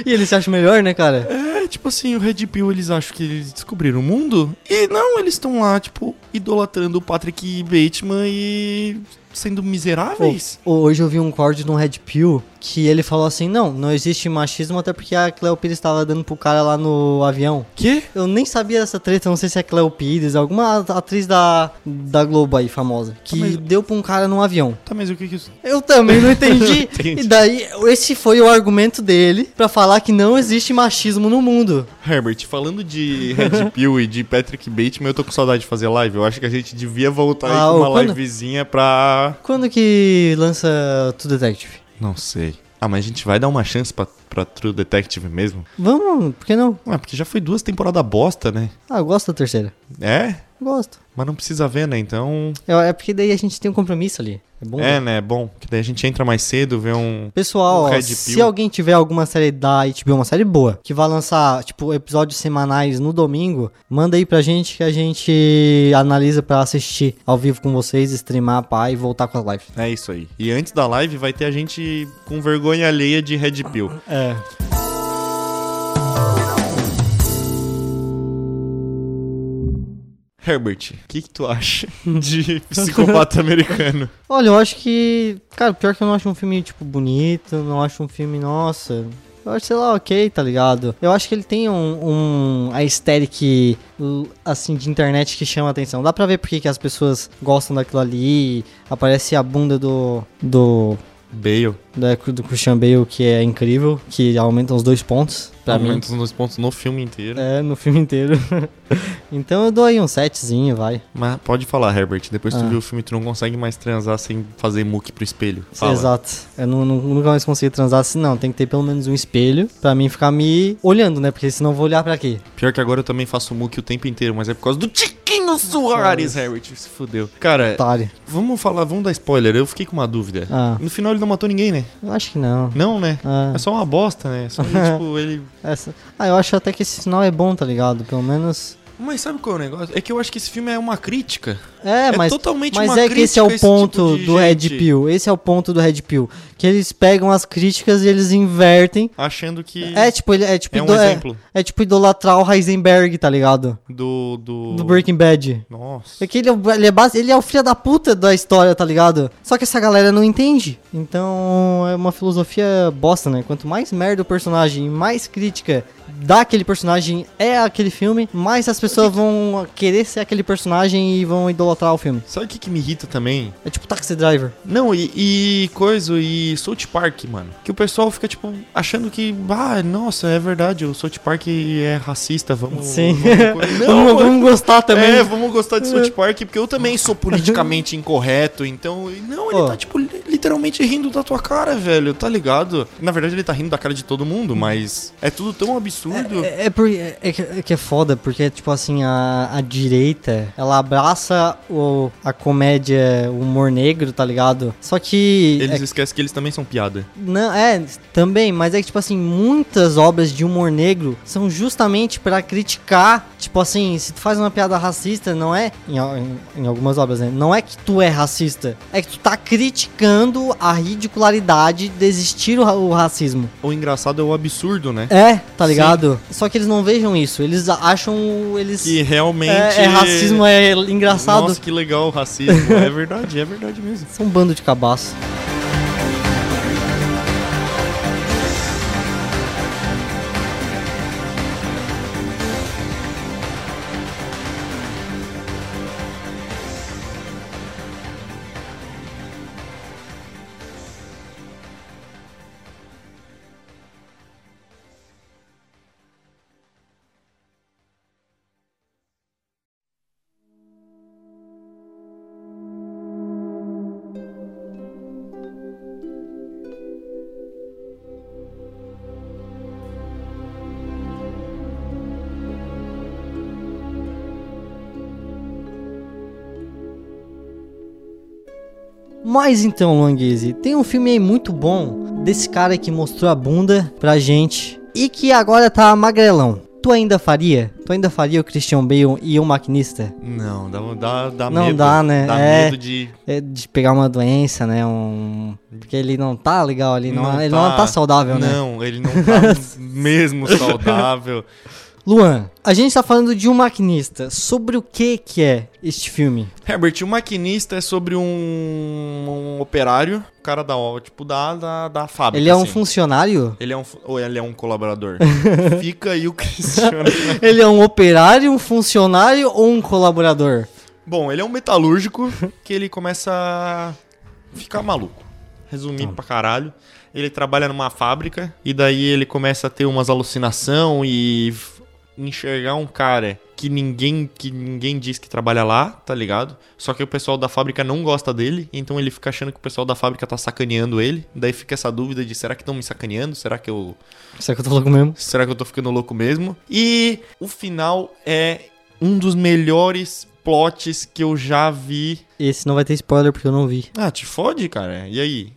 [SPEAKER 3] E eles se acham melhor, né, cara?
[SPEAKER 2] é tipo assim, o Red Pill, eles acham que eles descobriram o mundo. E não, eles estão lá, tipo, idolatrando o Patrick Bateman e sendo miseráveis.
[SPEAKER 3] Ô, Hoje eu vi um corte de um Red Pill que ele falou assim: não, não existe machismo, até porque a Cleo Pires tava dando pro cara lá no avião.
[SPEAKER 2] Quê?
[SPEAKER 3] Eu nem sabia dessa treta, não sei se é Cleo Pires, alguma atriz da, da Globo aí, famosa, que
[SPEAKER 2] Mas-
[SPEAKER 3] deu pra um cara num avião.
[SPEAKER 2] Tá, mas o que que isso...
[SPEAKER 3] Eu também não entendi.
[SPEAKER 2] Entendi.
[SPEAKER 3] E daí, esse foi o argumento dele pra falar que não existe machismo no mundo.
[SPEAKER 2] Herbert, falando de Red Pill e de Patrick Bateman, eu tô com saudade de fazer live. Eu acho que a gente devia voltar
[SPEAKER 3] Ah,
[SPEAKER 2] aí com uma
[SPEAKER 3] ô, quando-
[SPEAKER 2] livezinha pra...
[SPEAKER 3] Quando que lança True Detective?
[SPEAKER 2] Não sei. Ah, mas a gente vai dar uma chance pra, pra True Detective mesmo?
[SPEAKER 3] Vamos, por que não?
[SPEAKER 2] Ué, porque já foi duas temporadas bosta, né?
[SPEAKER 3] Ah, eu gosto da terceira.
[SPEAKER 2] É?
[SPEAKER 3] Gosto.
[SPEAKER 2] Mas não precisa ver, né? Então.
[SPEAKER 3] É, é porque daí a gente tem um compromisso ali. É bom.
[SPEAKER 2] É,
[SPEAKER 3] né?
[SPEAKER 2] né? É Bom. Que daí a gente entra mais cedo, vê um.
[SPEAKER 3] Pessoal,
[SPEAKER 2] O
[SPEAKER 3] ó,
[SPEAKER 2] Red
[SPEAKER 3] se
[SPEAKER 2] Pill.
[SPEAKER 3] alguém tiver alguma série da HBO, uma série boa, que vai lançar, tipo, episódios semanais no domingo, manda aí pra gente que a gente analisa pra assistir ao vivo com vocês, streamar, pá, e voltar com as lives.
[SPEAKER 2] É isso aí. E antes da live vai ter a gente com vergonha alheia de Red Pill.
[SPEAKER 3] É.
[SPEAKER 2] Herbert, o que, que tu acha de psicopata americano?
[SPEAKER 3] Olha, eu acho que. Cara, pior que eu não acho um filme, tipo, bonito, não acho um filme, nossa. Eu acho, sei lá, ok, tá ligado? Eu acho que ele tem um, um a aesthetic, l- assim, de internet que chama a atenção. Dá pra ver porque que as pessoas gostam daquilo ali. Aparece a bunda do. do.
[SPEAKER 2] Bale.
[SPEAKER 3] da- do Christian Bale, que é incrível, que aumenta uns dois pontos pra mim.
[SPEAKER 2] Aumentos nos um pontos no filme inteiro.
[SPEAKER 3] É, no filme inteiro. então eu dou aí um setzinho, vai.
[SPEAKER 2] Mas pode falar, Herbert. Depois que
[SPEAKER 3] Ah.
[SPEAKER 2] tu viu o filme, tu não consegue mais transar sem fazer muque pro espelho. Fala.
[SPEAKER 3] Exato. Eu nu- nu- nunca mais consigo transar assim, não. Tem que ter pelo menos um espelho pra mim ficar me olhando, né? Porque senão eu vou olhar pra quê?
[SPEAKER 2] Pior que agora eu também faço muque o tempo inteiro, mas é por causa do Tiquinho Soares, Herbert. Se fudeu. Cara,
[SPEAKER 3] Otário.
[SPEAKER 2] Vamos falar, vamos dar spoiler. Eu fiquei com uma dúvida.
[SPEAKER 3] Ah,
[SPEAKER 2] No final ele não matou ninguém, né?
[SPEAKER 3] eu acho que não.
[SPEAKER 2] Não, né?
[SPEAKER 3] Ah,
[SPEAKER 2] É só uma bosta, né? Só que, tipo, ele.
[SPEAKER 3] essa... ah, eu acho até que esse sinal é bom, tá ligado? Pelo menos.
[SPEAKER 2] Mas sabe qual é o negócio? É que eu acho que esse filme é uma crítica.
[SPEAKER 3] É, mas.
[SPEAKER 2] totalmente
[SPEAKER 3] Mas
[SPEAKER 2] uma
[SPEAKER 3] é que esse é
[SPEAKER 2] crítica a
[SPEAKER 3] o ponto
[SPEAKER 2] tipo de
[SPEAKER 3] do
[SPEAKER 2] gente
[SPEAKER 3] Red Pill. Esse é o ponto do Red Pill. Que eles pegam as críticas e eles invertem.
[SPEAKER 2] Achando que.
[SPEAKER 3] É tipo, ele- é tipo,
[SPEAKER 2] é um
[SPEAKER 3] ido- é-
[SPEAKER 2] exemplo
[SPEAKER 3] é tipo idolatrar o Heisenberg, tá ligado?
[SPEAKER 2] do. Do,
[SPEAKER 3] Do Breaking Bad.
[SPEAKER 2] Nossa.
[SPEAKER 3] É que ele é, o- ele, é base- ele é o filho da puta da história, tá ligado? Só que essa galera não entende. Então é uma filosofia bosta, né? Quanto mais merda o personagem e mais crítica daquele personagem é aquele filme, mais as pessoas vão querer ser aquele personagem e vão idolatrar o filme.
[SPEAKER 2] Sabe o que, que me irrita também?
[SPEAKER 3] É tipo Taxi Driver.
[SPEAKER 2] Não, e, e coisa, e South Park, mano. Que o pessoal fica, tipo, achando que, ah, nossa, é verdade, o South Park é racista, vamos.
[SPEAKER 3] Sim.
[SPEAKER 2] Vamos, não,
[SPEAKER 3] vamos,
[SPEAKER 2] mano,
[SPEAKER 3] vamos gostar também.
[SPEAKER 2] É, vamos gostar de South Park, porque eu também sou politicamente incorreto, então... Não, ele
[SPEAKER 3] Ó.
[SPEAKER 2] tá, tipo, li- literalmente rindo da tua cara, velho, tá ligado? Na verdade, ele tá rindo da cara de todo mundo, mas é tudo tão absurdo.
[SPEAKER 3] É, é por- é- é que- é que é foda, porque, tipo assim, a, a direita, ela abraça o, a comédia, o humor negro, tá ligado? Só que... é
[SPEAKER 2] Eles esquecem que eles também são piada.
[SPEAKER 3] Não, é, também, mas é que, tipo assim, muitas obras de humor negro são justamente pra criticar. Tipo assim, se tu faz uma piada racista, não é. Em, al- em- em algumas obras, né? Não é que tu é racista. É que tu tá criticando a ridicularidade de existir o, ra- o racismo.
[SPEAKER 2] O engraçado é o absurdo, né?
[SPEAKER 3] É, tá
[SPEAKER 2] Sim.
[SPEAKER 3] ligado? Só que eles não vejam isso. Eles a- acham. Eles.
[SPEAKER 2] Que realmente...
[SPEAKER 3] é, é racismo, é engraçado.
[SPEAKER 2] Nossa, que legal o racismo. é verdade, é verdade mesmo.
[SPEAKER 3] São um bando de cabaço. Mas então, Luanguise, tem um filme aí muito bom desse cara que mostrou a bunda pra gente e que agora tá magrelão. Tu ainda faria? Tu ainda faria o Christian Bale e o maquinista?
[SPEAKER 2] Não, dá, dá, dá
[SPEAKER 3] Não
[SPEAKER 2] medo.
[SPEAKER 3] dá, né?
[SPEAKER 2] Dá
[SPEAKER 3] É.
[SPEAKER 2] medo de.
[SPEAKER 3] É, de pegar uma doença, né? Um... Porque ele não tá legal ali, não,
[SPEAKER 2] Não
[SPEAKER 3] ele não
[SPEAKER 2] tá.
[SPEAKER 3] tá saudável, né?
[SPEAKER 2] Não, ele não tá mesmo saudável.
[SPEAKER 3] Luan, a gente tá falando de um maquinista. Sobre o que que é este filme?
[SPEAKER 2] Herbert, o maquinista é sobre um, um operário, o cara da, ó- tipo, da, da, da fábrica.
[SPEAKER 3] Ele é um
[SPEAKER 2] assim.
[SPEAKER 3] funcionário?
[SPEAKER 2] Ele é um, fu- ou ele é um colaborador. Fica aí o Cristiano.
[SPEAKER 3] Ele é um operário, um funcionário ou um colaborador?
[SPEAKER 2] Bom, ele é um metalúrgico que ele começa a ficar maluco. Resumir pra caralho. Ele trabalha numa fábrica e daí ele começa a ter umas alucinação e f- enxergar um cara que ninguém que ninguém diz que trabalha lá, tá ligado? Só que o pessoal da fábrica não gosta dele, então ele fica achando que o pessoal da fábrica tá sacaneando ele. Daí fica essa dúvida de será que estão me sacaneando? Será que eu
[SPEAKER 3] Será é que eu tô louco mesmo?
[SPEAKER 2] Será que eu tô ficando louco mesmo? E o final é um dos melhores plots que eu já vi.
[SPEAKER 3] Esse não vai ter spoiler porque eu não vi.
[SPEAKER 2] Ah, te fode, cara. E aí?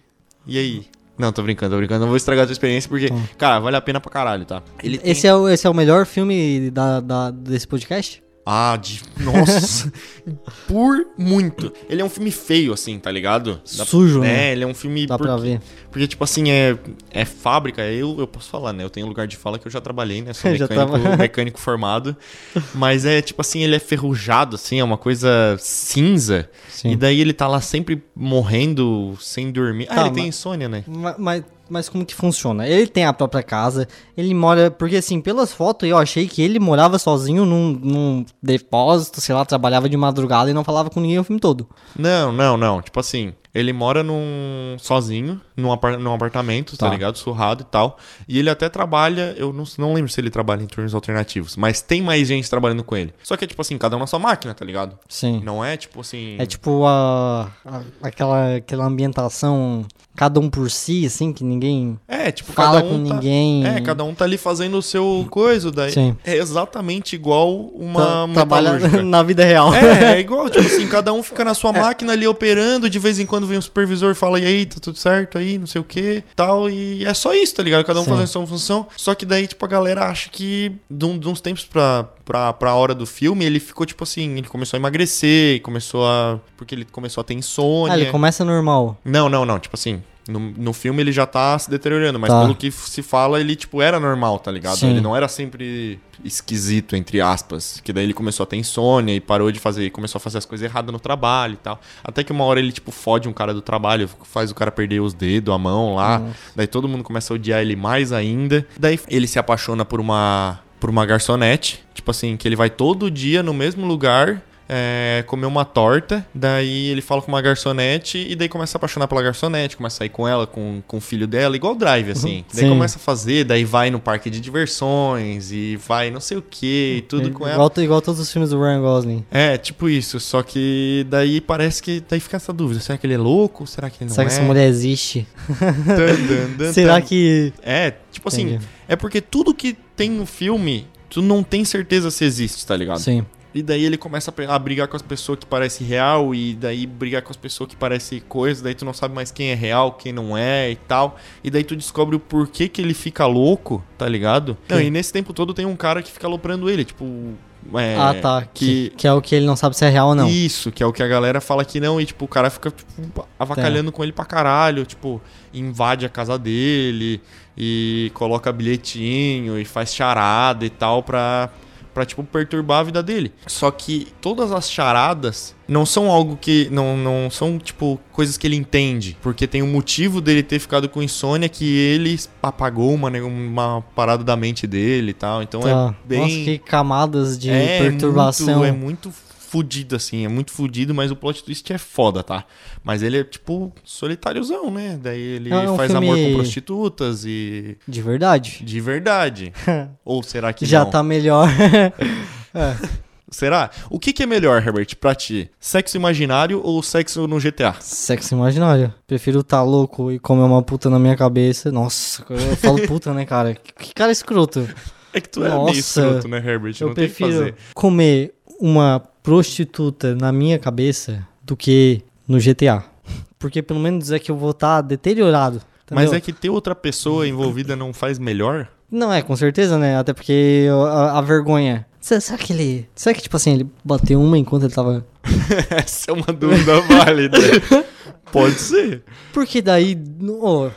[SPEAKER 2] E aí? Não, tô brincando, tô brincando. Não vou estragar a tua experiência porque,
[SPEAKER 3] Tá.
[SPEAKER 2] cara, vale a pena pra caralho, tá? Ele tem-
[SPEAKER 3] Esse é, o, esse é o melhor filme da, da- desse podcast?
[SPEAKER 2] Ah, de... nossa. Por muito. Ele é um filme feio, assim, tá ligado? Dá-
[SPEAKER 3] Sujo, né?
[SPEAKER 2] É, ele é um filme...
[SPEAKER 3] Dá
[SPEAKER 2] por-
[SPEAKER 3] pra ver.
[SPEAKER 2] Porque, tipo assim, é, é fábrica, eu, eu posso falar, né? Eu tenho lugar de fala que eu já trabalhei, né? Sou
[SPEAKER 3] Já
[SPEAKER 2] mecânico,
[SPEAKER 3] tava.
[SPEAKER 2] mecânico formado. Mas é, tipo assim, ele é ferrujado, assim, é uma coisa cinza.
[SPEAKER 3] Sim.
[SPEAKER 2] E daí ele tá lá sempre morrendo, sem dormir. Ah,
[SPEAKER 3] Tá,
[SPEAKER 2] ele
[SPEAKER 3] mas-
[SPEAKER 2] tem insônia, né?
[SPEAKER 3] Ma- Mas, mas como que funciona? Ele tem a própria casa, ele mora. Porque assim, pelas fotos eu achei que ele morava sozinho num, num depósito, sei lá, trabalhava de madrugada e não falava com ninguém o filme todo.
[SPEAKER 2] Não, não, não. Tipo assim, ele mora num sozinho, num, apar- num apartamento, tá.
[SPEAKER 3] Tá.
[SPEAKER 2] ligado? Surrado e tal. E ele até trabalha, eu não, não lembro se ele trabalha em turnos alternativos, mas tem mais gente trabalhando com ele. Só que é tipo assim, cada um na sua máquina, tá ligado?
[SPEAKER 3] Sim.
[SPEAKER 2] Não é tipo assim.
[SPEAKER 3] É tipo a, a- aquela, aquela ambientação, cada um por si, assim, que ninguém
[SPEAKER 2] É, tipo,
[SPEAKER 3] fala
[SPEAKER 2] cada um
[SPEAKER 3] com
[SPEAKER 2] tá...
[SPEAKER 3] ninguém.
[SPEAKER 2] É, cada um tá ali fazendo o seu coisa, daí
[SPEAKER 3] Sim. Tá
[SPEAKER 2] é exatamente igual uma
[SPEAKER 3] Tra- trabalha
[SPEAKER 2] metalúrgica.
[SPEAKER 3] na vida real.
[SPEAKER 2] É, é igual, tipo assim, cada um fica na sua
[SPEAKER 3] É.
[SPEAKER 2] máquina ali operando, de vez em quando vem um supervisor e fala, e aí, tá tudo certo aí, não sei o que, tal, e é só isso, tá ligado? Cada um
[SPEAKER 3] Sim.
[SPEAKER 2] fazendo sua função, só que daí, tipo, a galera acha que, de, um- de uns tempos pra, pra, pra hora do filme, ele ficou, tipo assim, ele começou a emagrecer, começou a... porque ele começou a ter insônia.
[SPEAKER 3] Ah, ele começa normal.
[SPEAKER 2] Não, não, não. Tipo assim, no, no filme ele já tá se deteriorando, mas
[SPEAKER 3] Tá.
[SPEAKER 2] pelo que f- se fala, ele, tipo, era normal, tá ligado?
[SPEAKER 3] Sim.
[SPEAKER 2] Ele não era sempre esquisito, entre aspas. Que daí ele começou a ter insônia e parou de fazer, e começou a fazer as coisas erradas no trabalho e tal. Até que uma hora ele, tipo, fode um cara do trabalho, faz o cara perder os dedos, a mão lá.
[SPEAKER 3] Uhum.
[SPEAKER 2] Daí todo mundo começa a odiar ele mais ainda. Daí ele se apaixona por uma. Por uma garçonete, tipo assim, que ele vai todo dia no mesmo lugar é, comeu uma torta, daí ele fala com uma garçonete e daí começa a se apaixonar pela garçonete, começa a sair com ela, com, com o filho dela, igual drive, assim. Daí
[SPEAKER 3] Sim.
[SPEAKER 2] começa a fazer, daí vai no parque de diversões e vai não sei o que e tudo
[SPEAKER 3] É
[SPEAKER 2] com ela.
[SPEAKER 3] igual, igual todos os filmes do Ryan Gosling.
[SPEAKER 2] É, tipo isso, só que daí parece que daí fica essa dúvida, será que ele é louco? Será que ele não
[SPEAKER 3] Será
[SPEAKER 2] é?
[SPEAKER 3] que essa mulher existe?
[SPEAKER 2] Tan, tan, tan,
[SPEAKER 3] Será
[SPEAKER 2] tan.
[SPEAKER 3] que.
[SPEAKER 2] É, tipo assim,
[SPEAKER 3] Entendi.
[SPEAKER 2] é porque tudo que tem no filme, tu não tem certeza se existe, tá ligado?
[SPEAKER 3] Sim.
[SPEAKER 2] E daí ele começa a pe- a brigar com as pessoas que parecem real, e daí brigar com as pessoas que parecem coisa, daí tu não sabe mais quem é real, quem não é e tal. E daí tu descobre o porquê que ele fica louco, tá ligado? Não,
[SPEAKER 3] Sim.
[SPEAKER 2] e nesse tempo todo tem um cara que fica aloprando ele, tipo. é,
[SPEAKER 3] ah, tá. Que...
[SPEAKER 2] que-
[SPEAKER 3] que é o que ele não sabe se é real ou não.
[SPEAKER 2] Isso, que é o que a galera fala que não, e tipo, o cara fica tipo, avacalhando com ele pra caralho, tipo, invade a casa dele e coloca bilhetinho e faz charada e tal pra, pra tipo, perturbar a vida dele. Só que todas as charadas não são algo que. Não, não são, tipo, coisas que ele entende. Porque tem um motivo dele ter ficado com insônia que ele apagou uma, né, uma parada da mente dele e tal. Então
[SPEAKER 3] Tá.
[SPEAKER 2] é bem.
[SPEAKER 3] Nossa, que camadas de
[SPEAKER 2] É
[SPEAKER 3] perturbação.
[SPEAKER 2] Muito, é muito fudido, assim. É muito fudido, mas o plot twist é foda, tá? Mas ele é, tipo, solitáriozão, né? Daí ele
[SPEAKER 3] É um
[SPEAKER 2] faz
[SPEAKER 3] filme-
[SPEAKER 2] amor com prostitutas e.
[SPEAKER 3] De verdade.
[SPEAKER 2] De verdade. Ou será que
[SPEAKER 3] Já
[SPEAKER 2] não?
[SPEAKER 3] tá melhor.
[SPEAKER 2] Será? O que, que é melhor, Herbert, pra ti? Sexo imaginário ou sexo no GTA?
[SPEAKER 3] Sexo imaginário. Prefiro tá louco e comer uma puta na minha cabeça. Nossa, eu falo puta, né, cara? Que, que cara escroto.
[SPEAKER 2] É que tu é meio
[SPEAKER 3] Nossa,
[SPEAKER 2] escroto, né, Herbert?
[SPEAKER 3] eu
[SPEAKER 2] não tem o que
[SPEAKER 3] prefiro
[SPEAKER 2] fazer.
[SPEAKER 3] comer uma prostituta na minha cabeça do que no GTA. porque pelo menos é que eu vou estar deteriorado.
[SPEAKER 2] Mas
[SPEAKER 3] entendeu?
[SPEAKER 2] é que ter outra pessoa envolvida não faz melhor?
[SPEAKER 3] Não é, com certeza, né? Até porque eu- a, a vergonha. Será, será que ele. Será que, tipo assim, ele bateu uma enquanto ele tava.
[SPEAKER 2] Essa é uma dúvida válida. Pode ser.
[SPEAKER 3] Porque daí. ô,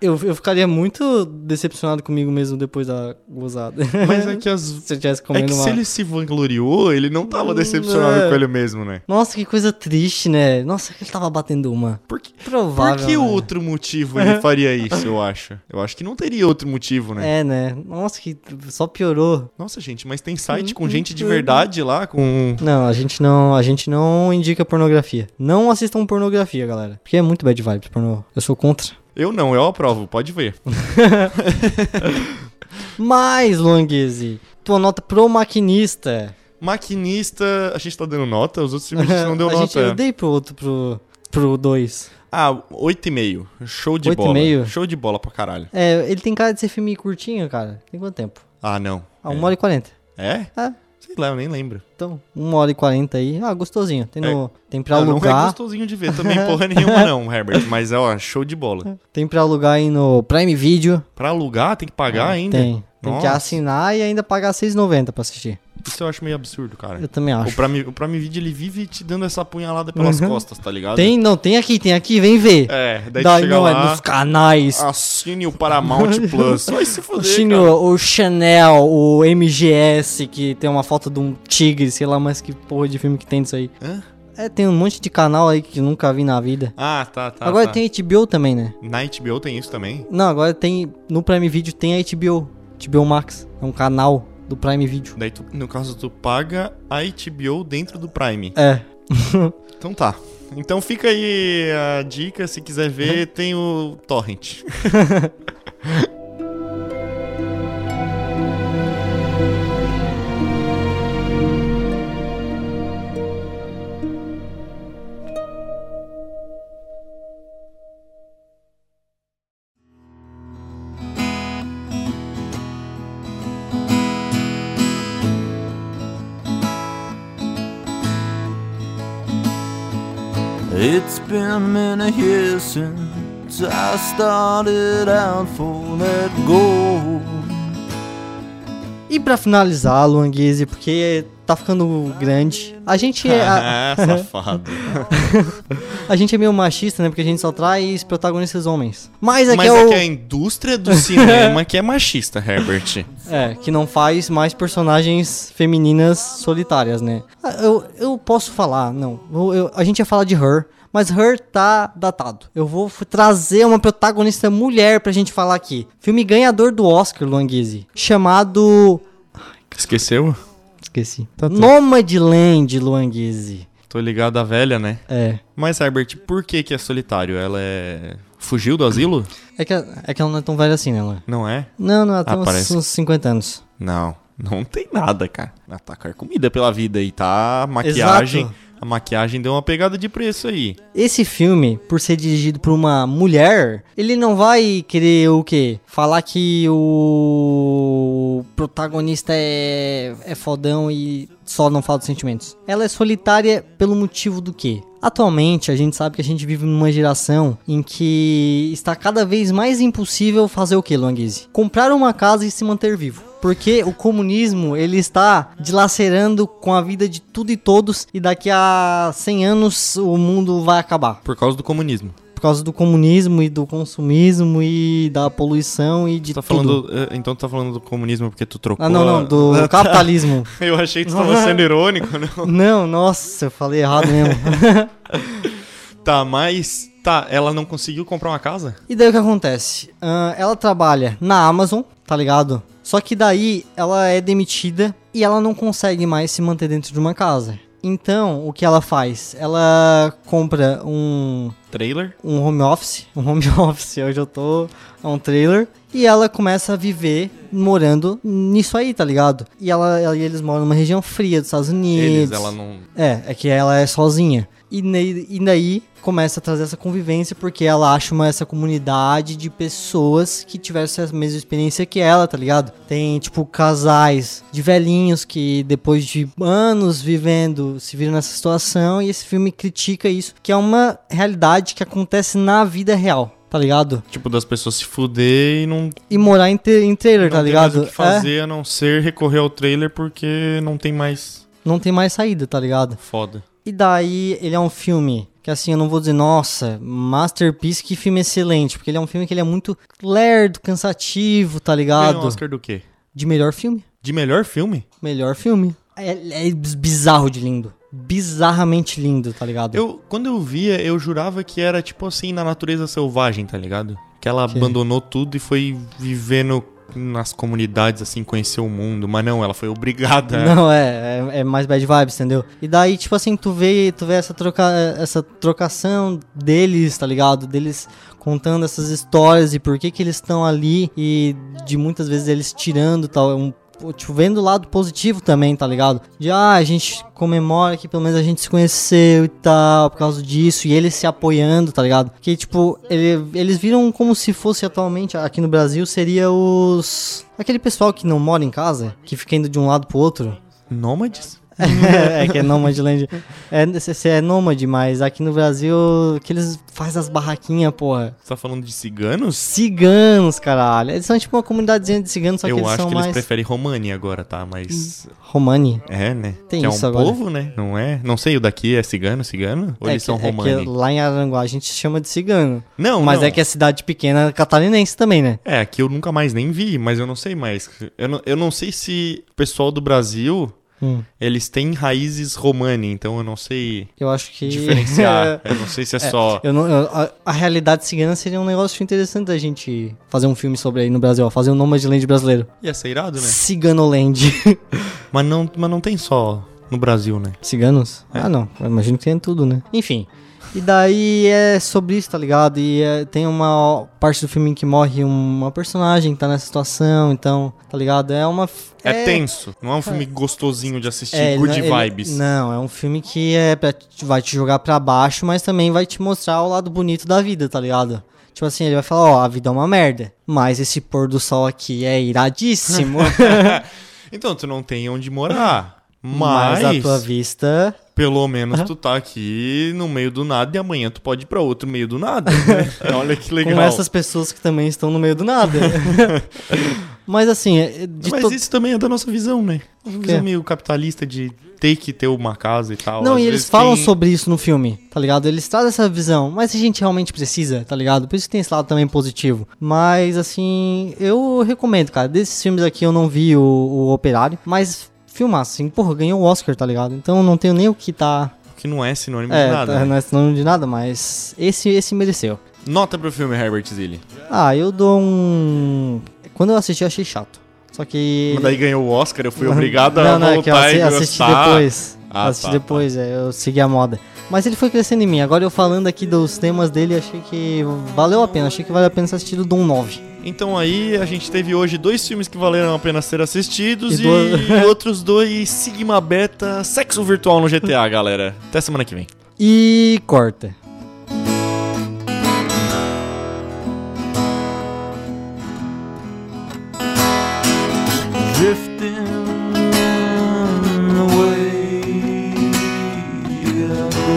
[SPEAKER 3] eu, eu ficaria muito decepcionado comigo mesmo depois da gozada.
[SPEAKER 2] Mas é que as.
[SPEAKER 3] se eu tivesse
[SPEAKER 2] É
[SPEAKER 3] comendo
[SPEAKER 2] que
[SPEAKER 3] uma.
[SPEAKER 2] se ele se vangloriou, ele não tava decepcionado
[SPEAKER 3] É.
[SPEAKER 2] com ele mesmo, né?
[SPEAKER 3] Nossa, que coisa triste, né? Nossa, que ele tava batendo uma.
[SPEAKER 2] Por que, por
[SPEAKER 3] Provável.
[SPEAKER 2] que
[SPEAKER 3] né?
[SPEAKER 2] outro motivo ele faria isso, eu acho? Eu acho que não teria outro motivo, né?
[SPEAKER 3] É, né? Nossa, que só piorou.
[SPEAKER 2] Nossa, gente, mas tem site
[SPEAKER 3] Uhum.
[SPEAKER 2] com gente de verdade lá, com.
[SPEAKER 3] Não, a gente não, a gente não indica pornografia. Não assistam pornografia, galera. Porque é muito bad vibes pornô. Eu sou contra.
[SPEAKER 2] Eu não, eu aprovo, pode ver.
[SPEAKER 3] Mas, Longuese, tua nota pro maquinista.
[SPEAKER 2] Maquinista, a gente tá dando nota, os outros filmes a gente não deu
[SPEAKER 3] a Gente,
[SPEAKER 2] nota.
[SPEAKER 3] eu dei pro outro, pro, pro dois.
[SPEAKER 2] Ah, 8,5. Show de
[SPEAKER 3] Oito e
[SPEAKER 2] bola.
[SPEAKER 3] meio?
[SPEAKER 2] Show de bola pra caralho.
[SPEAKER 3] É, ele tem cara de ser filme curtinho, cara. Tem quanto tempo?
[SPEAKER 2] Ah, não.
[SPEAKER 3] Ah, 1 hora e 40.
[SPEAKER 2] É?
[SPEAKER 3] É.
[SPEAKER 2] Sei lá, eu nem lembro.
[SPEAKER 3] Então, 1 hora e 40 aí. Ah, gostosinho. Tem, no, tem pra
[SPEAKER 2] Ah, Não é
[SPEAKER 3] alugar.
[SPEAKER 2] gostosinho de ver também, porra nenhuma não, Herbert. Mas, ó, show de bola.
[SPEAKER 3] Tem pra alugar aí no Prime Video.
[SPEAKER 2] Pra alugar, tem que pagar ainda?
[SPEAKER 3] É, Tem. Tem que
[SPEAKER 2] Nossa.
[SPEAKER 3] assinar e ainda pagar R$6,90 pra assistir.
[SPEAKER 2] Isso eu acho meio absurdo, cara.
[SPEAKER 3] Eu também acho.
[SPEAKER 2] O Prime, o Prime Video, ele vive te dando essa punhalada pelas
[SPEAKER 3] Uhum.
[SPEAKER 2] costas, tá ligado?
[SPEAKER 3] Tem, não, tem aqui, tem aqui, vem ver.
[SPEAKER 2] É, daí tu
[SPEAKER 3] Daí
[SPEAKER 2] chega
[SPEAKER 3] não é
[SPEAKER 2] lá,
[SPEAKER 3] nos canais.
[SPEAKER 2] assine o Paramount Plus. Vai se
[SPEAKER 3] o,
[SPEAKER 2] fuder,
[SPEAKER 3] Chino,
[SPEAKER 2] cara.
[SPEAKER 3] o Chanel, o MGS, que tem uma foto de um tigre, sei lá, mas que porra de filme que tem disso aí.
[SPEAKER 2] Hã?
[SPEAKER 3] É, tem um monte de canal aí que eu nunca vi na vida.
[SPEAKER 2] Ah, tá, tá.
[SPEAKER 3] agora
[SPEAKER 2] tá.
[SPEAKER 3] tem HBO também, né?
[SPEAKER 2] Na HBO tem isso também?
[SPEAKER 3] Não, agora tem. No Prime Video tem a HBO. HBO Max. É um canal do Prime Video.
[SPEAKER 2] Daí, tu, no caso, tu paga a HBO dentro do Prime.
[SPEAKER 3] É.
[SPEAKER 2] Então tá. Então fica aí a dica, se quiser ver,
[SPEAKER 3] Uhum.
[SPEAKER 2] tem o Torrent.
[SPEAKER 1] It's been many years since I started out for that goal.
[SPEAKER 3] E pra finalizar, Luanguese, porque tá ficando grande. A gente é. a-
[SPEAKER 2] Ah, safado.
[SPEAKER 3] A gente é meio machista, né? Porque a gente só traz protagonistas homens. Mas é
[SPEAKER 2] Mas
[SPEAKER 3] que é,
[SPEAKER 2] é
[SPEAKER 3] o...
[SPEAKER 2] que a indústria do cinema que é machista, Herbert.
[SPEAKER 3] é, que não faz mais personagens femininas solitárias, né? Ah, Eu, eu posso falar, não. Eu- eu- a gente ia falar de Her, mas Her tá datado. Eu vou f- trazer uma protagonista mulher pra gente falar aqui. Filme ganhador do Oscar, Luanguise. Chamado...
[SPEAKER 2] Esqueceu?
[SPEAKER 3] Esqueci.
[SPEAKER 2] Tá tudo.
[SPEAKER 3] Nomadland, Luanguise.
[SPEAKER 2] Tô ligado à velha, né?
[SPEAKER 3] É.
[SPEAKER 2] Mas, Herbert, por que que é solitário? Ela é... Fugiu do asilo?
[SPEAKER 3] É que, é que ela não é tão velha assim, né, Luan?
[SPEAKER 2] Não é?
[SPEAKER 3] Não, não, ela tem
[SPEAKER 2] Ah,
[SPEAKER 3] uns-
[SPEAKER 2] parece.
[SPEAKER 3] uns 50 anos.
[SPEAKER 2] Não. Não tem nada, cara. Atacar comida pela vida aí, tá? A maquiagem...
[SPEAKER 3] Exato.
[SPEAKER 2] A maquiagem deu uma pegada de preço aí.
[SPEAKER 3] Esse filme, por ser dirigido por uma mulher, ele não vai querer o quê? Falar que o protagonista é, é fodão e só não fala dos sentimentos. Ela é solitária pelo motivo do quê? Atualmente, a gente sabe que a gente vive numa geração em que está cada vez mais impossível fazer o quê, Longuise? Comprar uma casa e se manter vivo. Porque o comunismo, ele está dilacerando com a vida de tudo e todos e daqui a 100 anos o mundo vai acabar.
[SPEAKER 2] Por causa do comunismo.
[SPEAKER 3] Por causa do comunismo e do consumismo e da poluição e de
[SPEAKER 2] Tá
[SPEAKER 3] tudo.
[SPEAKER 2] falando, Tá. eh, então tu tá falando do comunismo porque tu trocou
[SPEAKER 3] Ah, não,
[SPEAKER 2] a-
[SPEAKER 3] não, do capitalismo.
[SPEAKER 2] Eu achei que tu tava sendo irônico, né?
[SPEAKER 3] não, nossa, eu falei errado mesmo.
[SPEAKER 2] Tá, mas. Tá, ela não conseguiu comprar uma casa?
[SPEAKER 3] E daí o que acontece? Ahn, ela trabalha na Amazon, tá ligado? Só que daí ela é demitida e ela não consegue mais se manter dentro de uma casa. Então, o que ela faz? Ela compra um,
[SPEAKER 2] Trailer?
[SPEAKER 3] um home office, um home office, hoje eu tô, é um trailer, e ela começa a viver morando nisso aí, tá ligado? E ela, ela- e eles moram numa região fria dos Estados Unidos.
[SPEAKER 2] Eles, ela não.
[SPEAKER 3] É, é que ela é sozinha. E, nei- e daí começa a trazer essa convivência, porque ela acha uma, essa comunidade de pessoas que tiveram essa mesma experiência que ela, tá ligado? Tem, tipo, casais de velhinhos que, depois de anos vivendo, se viram nessa situação, e esse filme critica isso, que é uma realidade que acontece na vida real, tá ligado?
[SPEAKER 2] Tipo, das pessoas se fuder e não,
[SPEAKER 3] E morar em, tra- em trailer,
[SPEAKER 2] não
[SPEAKER 3] tá
[SPEAKER 2] tem
[SPEAKER 3] ligado?
[SPEAKER 2] mais o que fazer a não ser recorrer ao trailer porque não tem mais
[SPEAKER 3] É, não tem mais saída, tá ligado?
[SPEAKER 2] foda.
[SPEAKER 3] E daí ele é um filme que assim, eu não vou dizer, nossa, masterpiece, que filme excelente, porque ele é um filme que ele é muito lerdo, cansativo, tá
[SPEAKER 2] Ganhou
[SPEAKER 3] ligado?
[SPEAKER 2] o um Oscar do quê?
[SPEAKER 3] De melhor filme.
[SPEAKER 2] De melhor filme?
[SPEAKER 3] Melhor filme. É, é bizarro de lindo. Bizarramente lindo, tá ligado?
[SPEAKER 2] Eu, quando eu via, eu jurava que era tipo assim, na natureza selvagem, tá ligado? Que ela
[SPEAKER 3] Que-
[SPEAKER 2] abandonou tudo e foi vivendo nas comunidades, assim, conhecer o mundo. Mas não, ela foi obrigada.
[SPEAKER 3] Não, é, é, é mais bad vibes, entendeu? E daí, tipo assim, tu vê, tu vê essa, troca, essa trocação deles, tá ligado? Deles contando essas histórias e por que que eles estão ali e de muitas vezes eles tirando tal, um pô, Tipo, vendo o lado positivo também, tá ligado? De, ah, a gente comemora que pelo menos a gente se conheceu e tal, por causa disso, e eles se apoiando, tá ligado? Que, tipo, ele- eles viram como se fosse atualmente, aqui no Brasil, seria os... Aquele pessoal que não mora em casa, que fica indo de um lado pro outro,
[SPEAKER 2] Nômades?
[SPEAKER 3] é que é Nomadland. É, você é nômade, mas aqui no Brasil, que eles fazem as barraquinhas, porra.
[SPEAKER 2] Você tá falando de ciganos?
[SPEAKER 3] Ciganos, caralho. Eles são tipo uma comunidadezinha de ciganos, só que
[SPEAKER 2] eu
[SPEAKER 3] eles
[SPEAKER 2] acho
[SPEAKER 3] são
[SPEAKER 2] que eles
[SPEAKER 3] mais...
[SPEAKER 2] preferem Romani agora, tá? Mas.
[SPEAKER 3] Romani.
[SPEAKER 2] É, né?
[SPEAKER 3] Tem
[SPEAKER 2] que é um
[SPEAKER 3] isso agora.
[SPEAKER 2] povo, né? Não é? Não sei, o daqui é cigano, cigano? Ou
[SPEAKER 3] é
[SPEAKER 2] eles
[SPEAKER 3] que,
[SPEAKER 2] são
[SPEAKER 3] é que
[SPEAKER 2] romani?
[SPEAKER 3] lá em Aranguá a gente chama de cigano.
[SPEAKER 2] Não,
[SPEAKER 3] mas
[SPEAKER 2] não.
[SPEAKER 3] é que a cidade pequena é catarinense também, né?
[SPEAKER 2] É, aqui eu nunca mais nem vi, mas eu não sei mais. Eu não, eu não sei se o pessoal do Brasil,
[SPEAKER 3] Hum,
[SPEAKER 2] eles têm raízes romani, então eu não sei
[SPEAKER 3] eu acho que...
[SPEAKER 2] diferenciar. eu não sei se é, só...
[SPEAKER 3] Eu não, eu- a, a realidade cigana seria um negócio interessante da gente fazer um filme sobre aí no Brasil, ó, fazer um Nomadland brasileiro.
[SPEAKER 2] Ia ser irado, né?
[SPEAKER 3] Ciganoland.
[SPEAKER 2] Mas não, mas não tem só no Brasil, né?
[SPEAKER 3] Ciganos? Ah, não. Eu imagino que tem tudo, né? Enfim. E daí é sobre isso, tá ligado? E é- tem uma parte do filme em que morre um, uma personagem que tá nessa situação, então, tá ligado? É uma. f-
[SPEAKER 2] É, tenso. Não é um filme gostosinho de assistir,
[SPEAKER 3] é, ele
[SPEAKER 2] good
[SPEAKER 3] não- ele-
[SPEAKER 2] vibes.
[SPEAKER 3] não, é um filme que é pra te- vai te jogar pra baixo, mas também vai te mostrar o lado bonito da vida, tá ligado? Tipo assim, ele vai falar, ó, a vida é uma merda, mas esse pôr do sol aqui é iradíssimo.
[SPEAKER 2] Então, tu não tem onde morar. Mas,
[SPEAKER 3] mas a tua vista
[SPEAKER 2] pelo menos tu tá aqui no meio do nada e amanhã tu pode ir pra outro meio do nada. né? Olha que legal.
[SPEAKER 3] com essas pessoas que também estão no meio do nada. Mas assim, é- de
[SPEAKER 2] Mas
[SPEAKER 3] to-
[SPEAKER 2] isso também é da nossa visão, né? Uma visão
[SPEAKER 3] quê?
[SPEAKER 2] meio capitalista de ter que ter uma casa e tal.
[SPEAKER 3] não,
[SPEAKER 2] Às
[SPEAKER 3] e eles
[SPEAKER 2] vezes
[SPEAKER 3] falam
[SPEAKER 2] tem-
[SPEAKER 3] sobre isso no filme, tá ligado? Eles trazem essa visão, mas a gente realmente precisa, tá ligado? Por isso que tem esse lado também positivo. Mas assim, eu recomendo, cara. Desses filmes aqui eu não vi o, o Operário, mas filmar assim, porra, ganhou o Oscar, tá ligado? Então não tenho nem o que tá,
[SPEAKER 2] Que não é sinônimo
[SPEAKER 3] é,
[SPEAKER 2] de nada.
[SPEAKER 3] tá-
[SPEAKER 2] né?
[SPEAKER 3] não é sinônimo de nada, mas esse esse mereceu.
[SPEAKER 2] Nota pro filme, Herbert Zilli.
[SPEAKER 3] Ah, eu dou um Quando eu assisti eu achei chato. Só que
[SPEAKER 2] Mas daí ganhou o Oscar, eu fui obrigado a
[SPEAKER 3] não, não, é que eu
[SPEAKER 2] voltar
[SPEAKER 3] assi-
[SPEAKER 2] e
[SPEAKER 3] assisti
[SPEAKER 2] gostar.
[SPEAKER 3] depois.
[SPEAKER 2] Ah,
[SPEAKER 3] assisti
[SPEAKER 2] tá,
[SPEAKER 3] depois, é, eu segui a moda. Mas ele foi crescendo em mim. Agora eu falando aqui dos temas dele, achei que valeu a pena. Achei que valeu a pena ter assistido Doom 9.
[SPEAKER 2] Então aí a gente teve hoje dois filmes que valeram a pena ser assistidos e,
[SPEAKER 3] E duas-
[SPEAKER 2] outros dois Sigma Beta, sexo virtual no GTA, galera. Até semana que vem.
[SPEAKER 3] E corta.
[SPEAKER 1] drifting away. I go.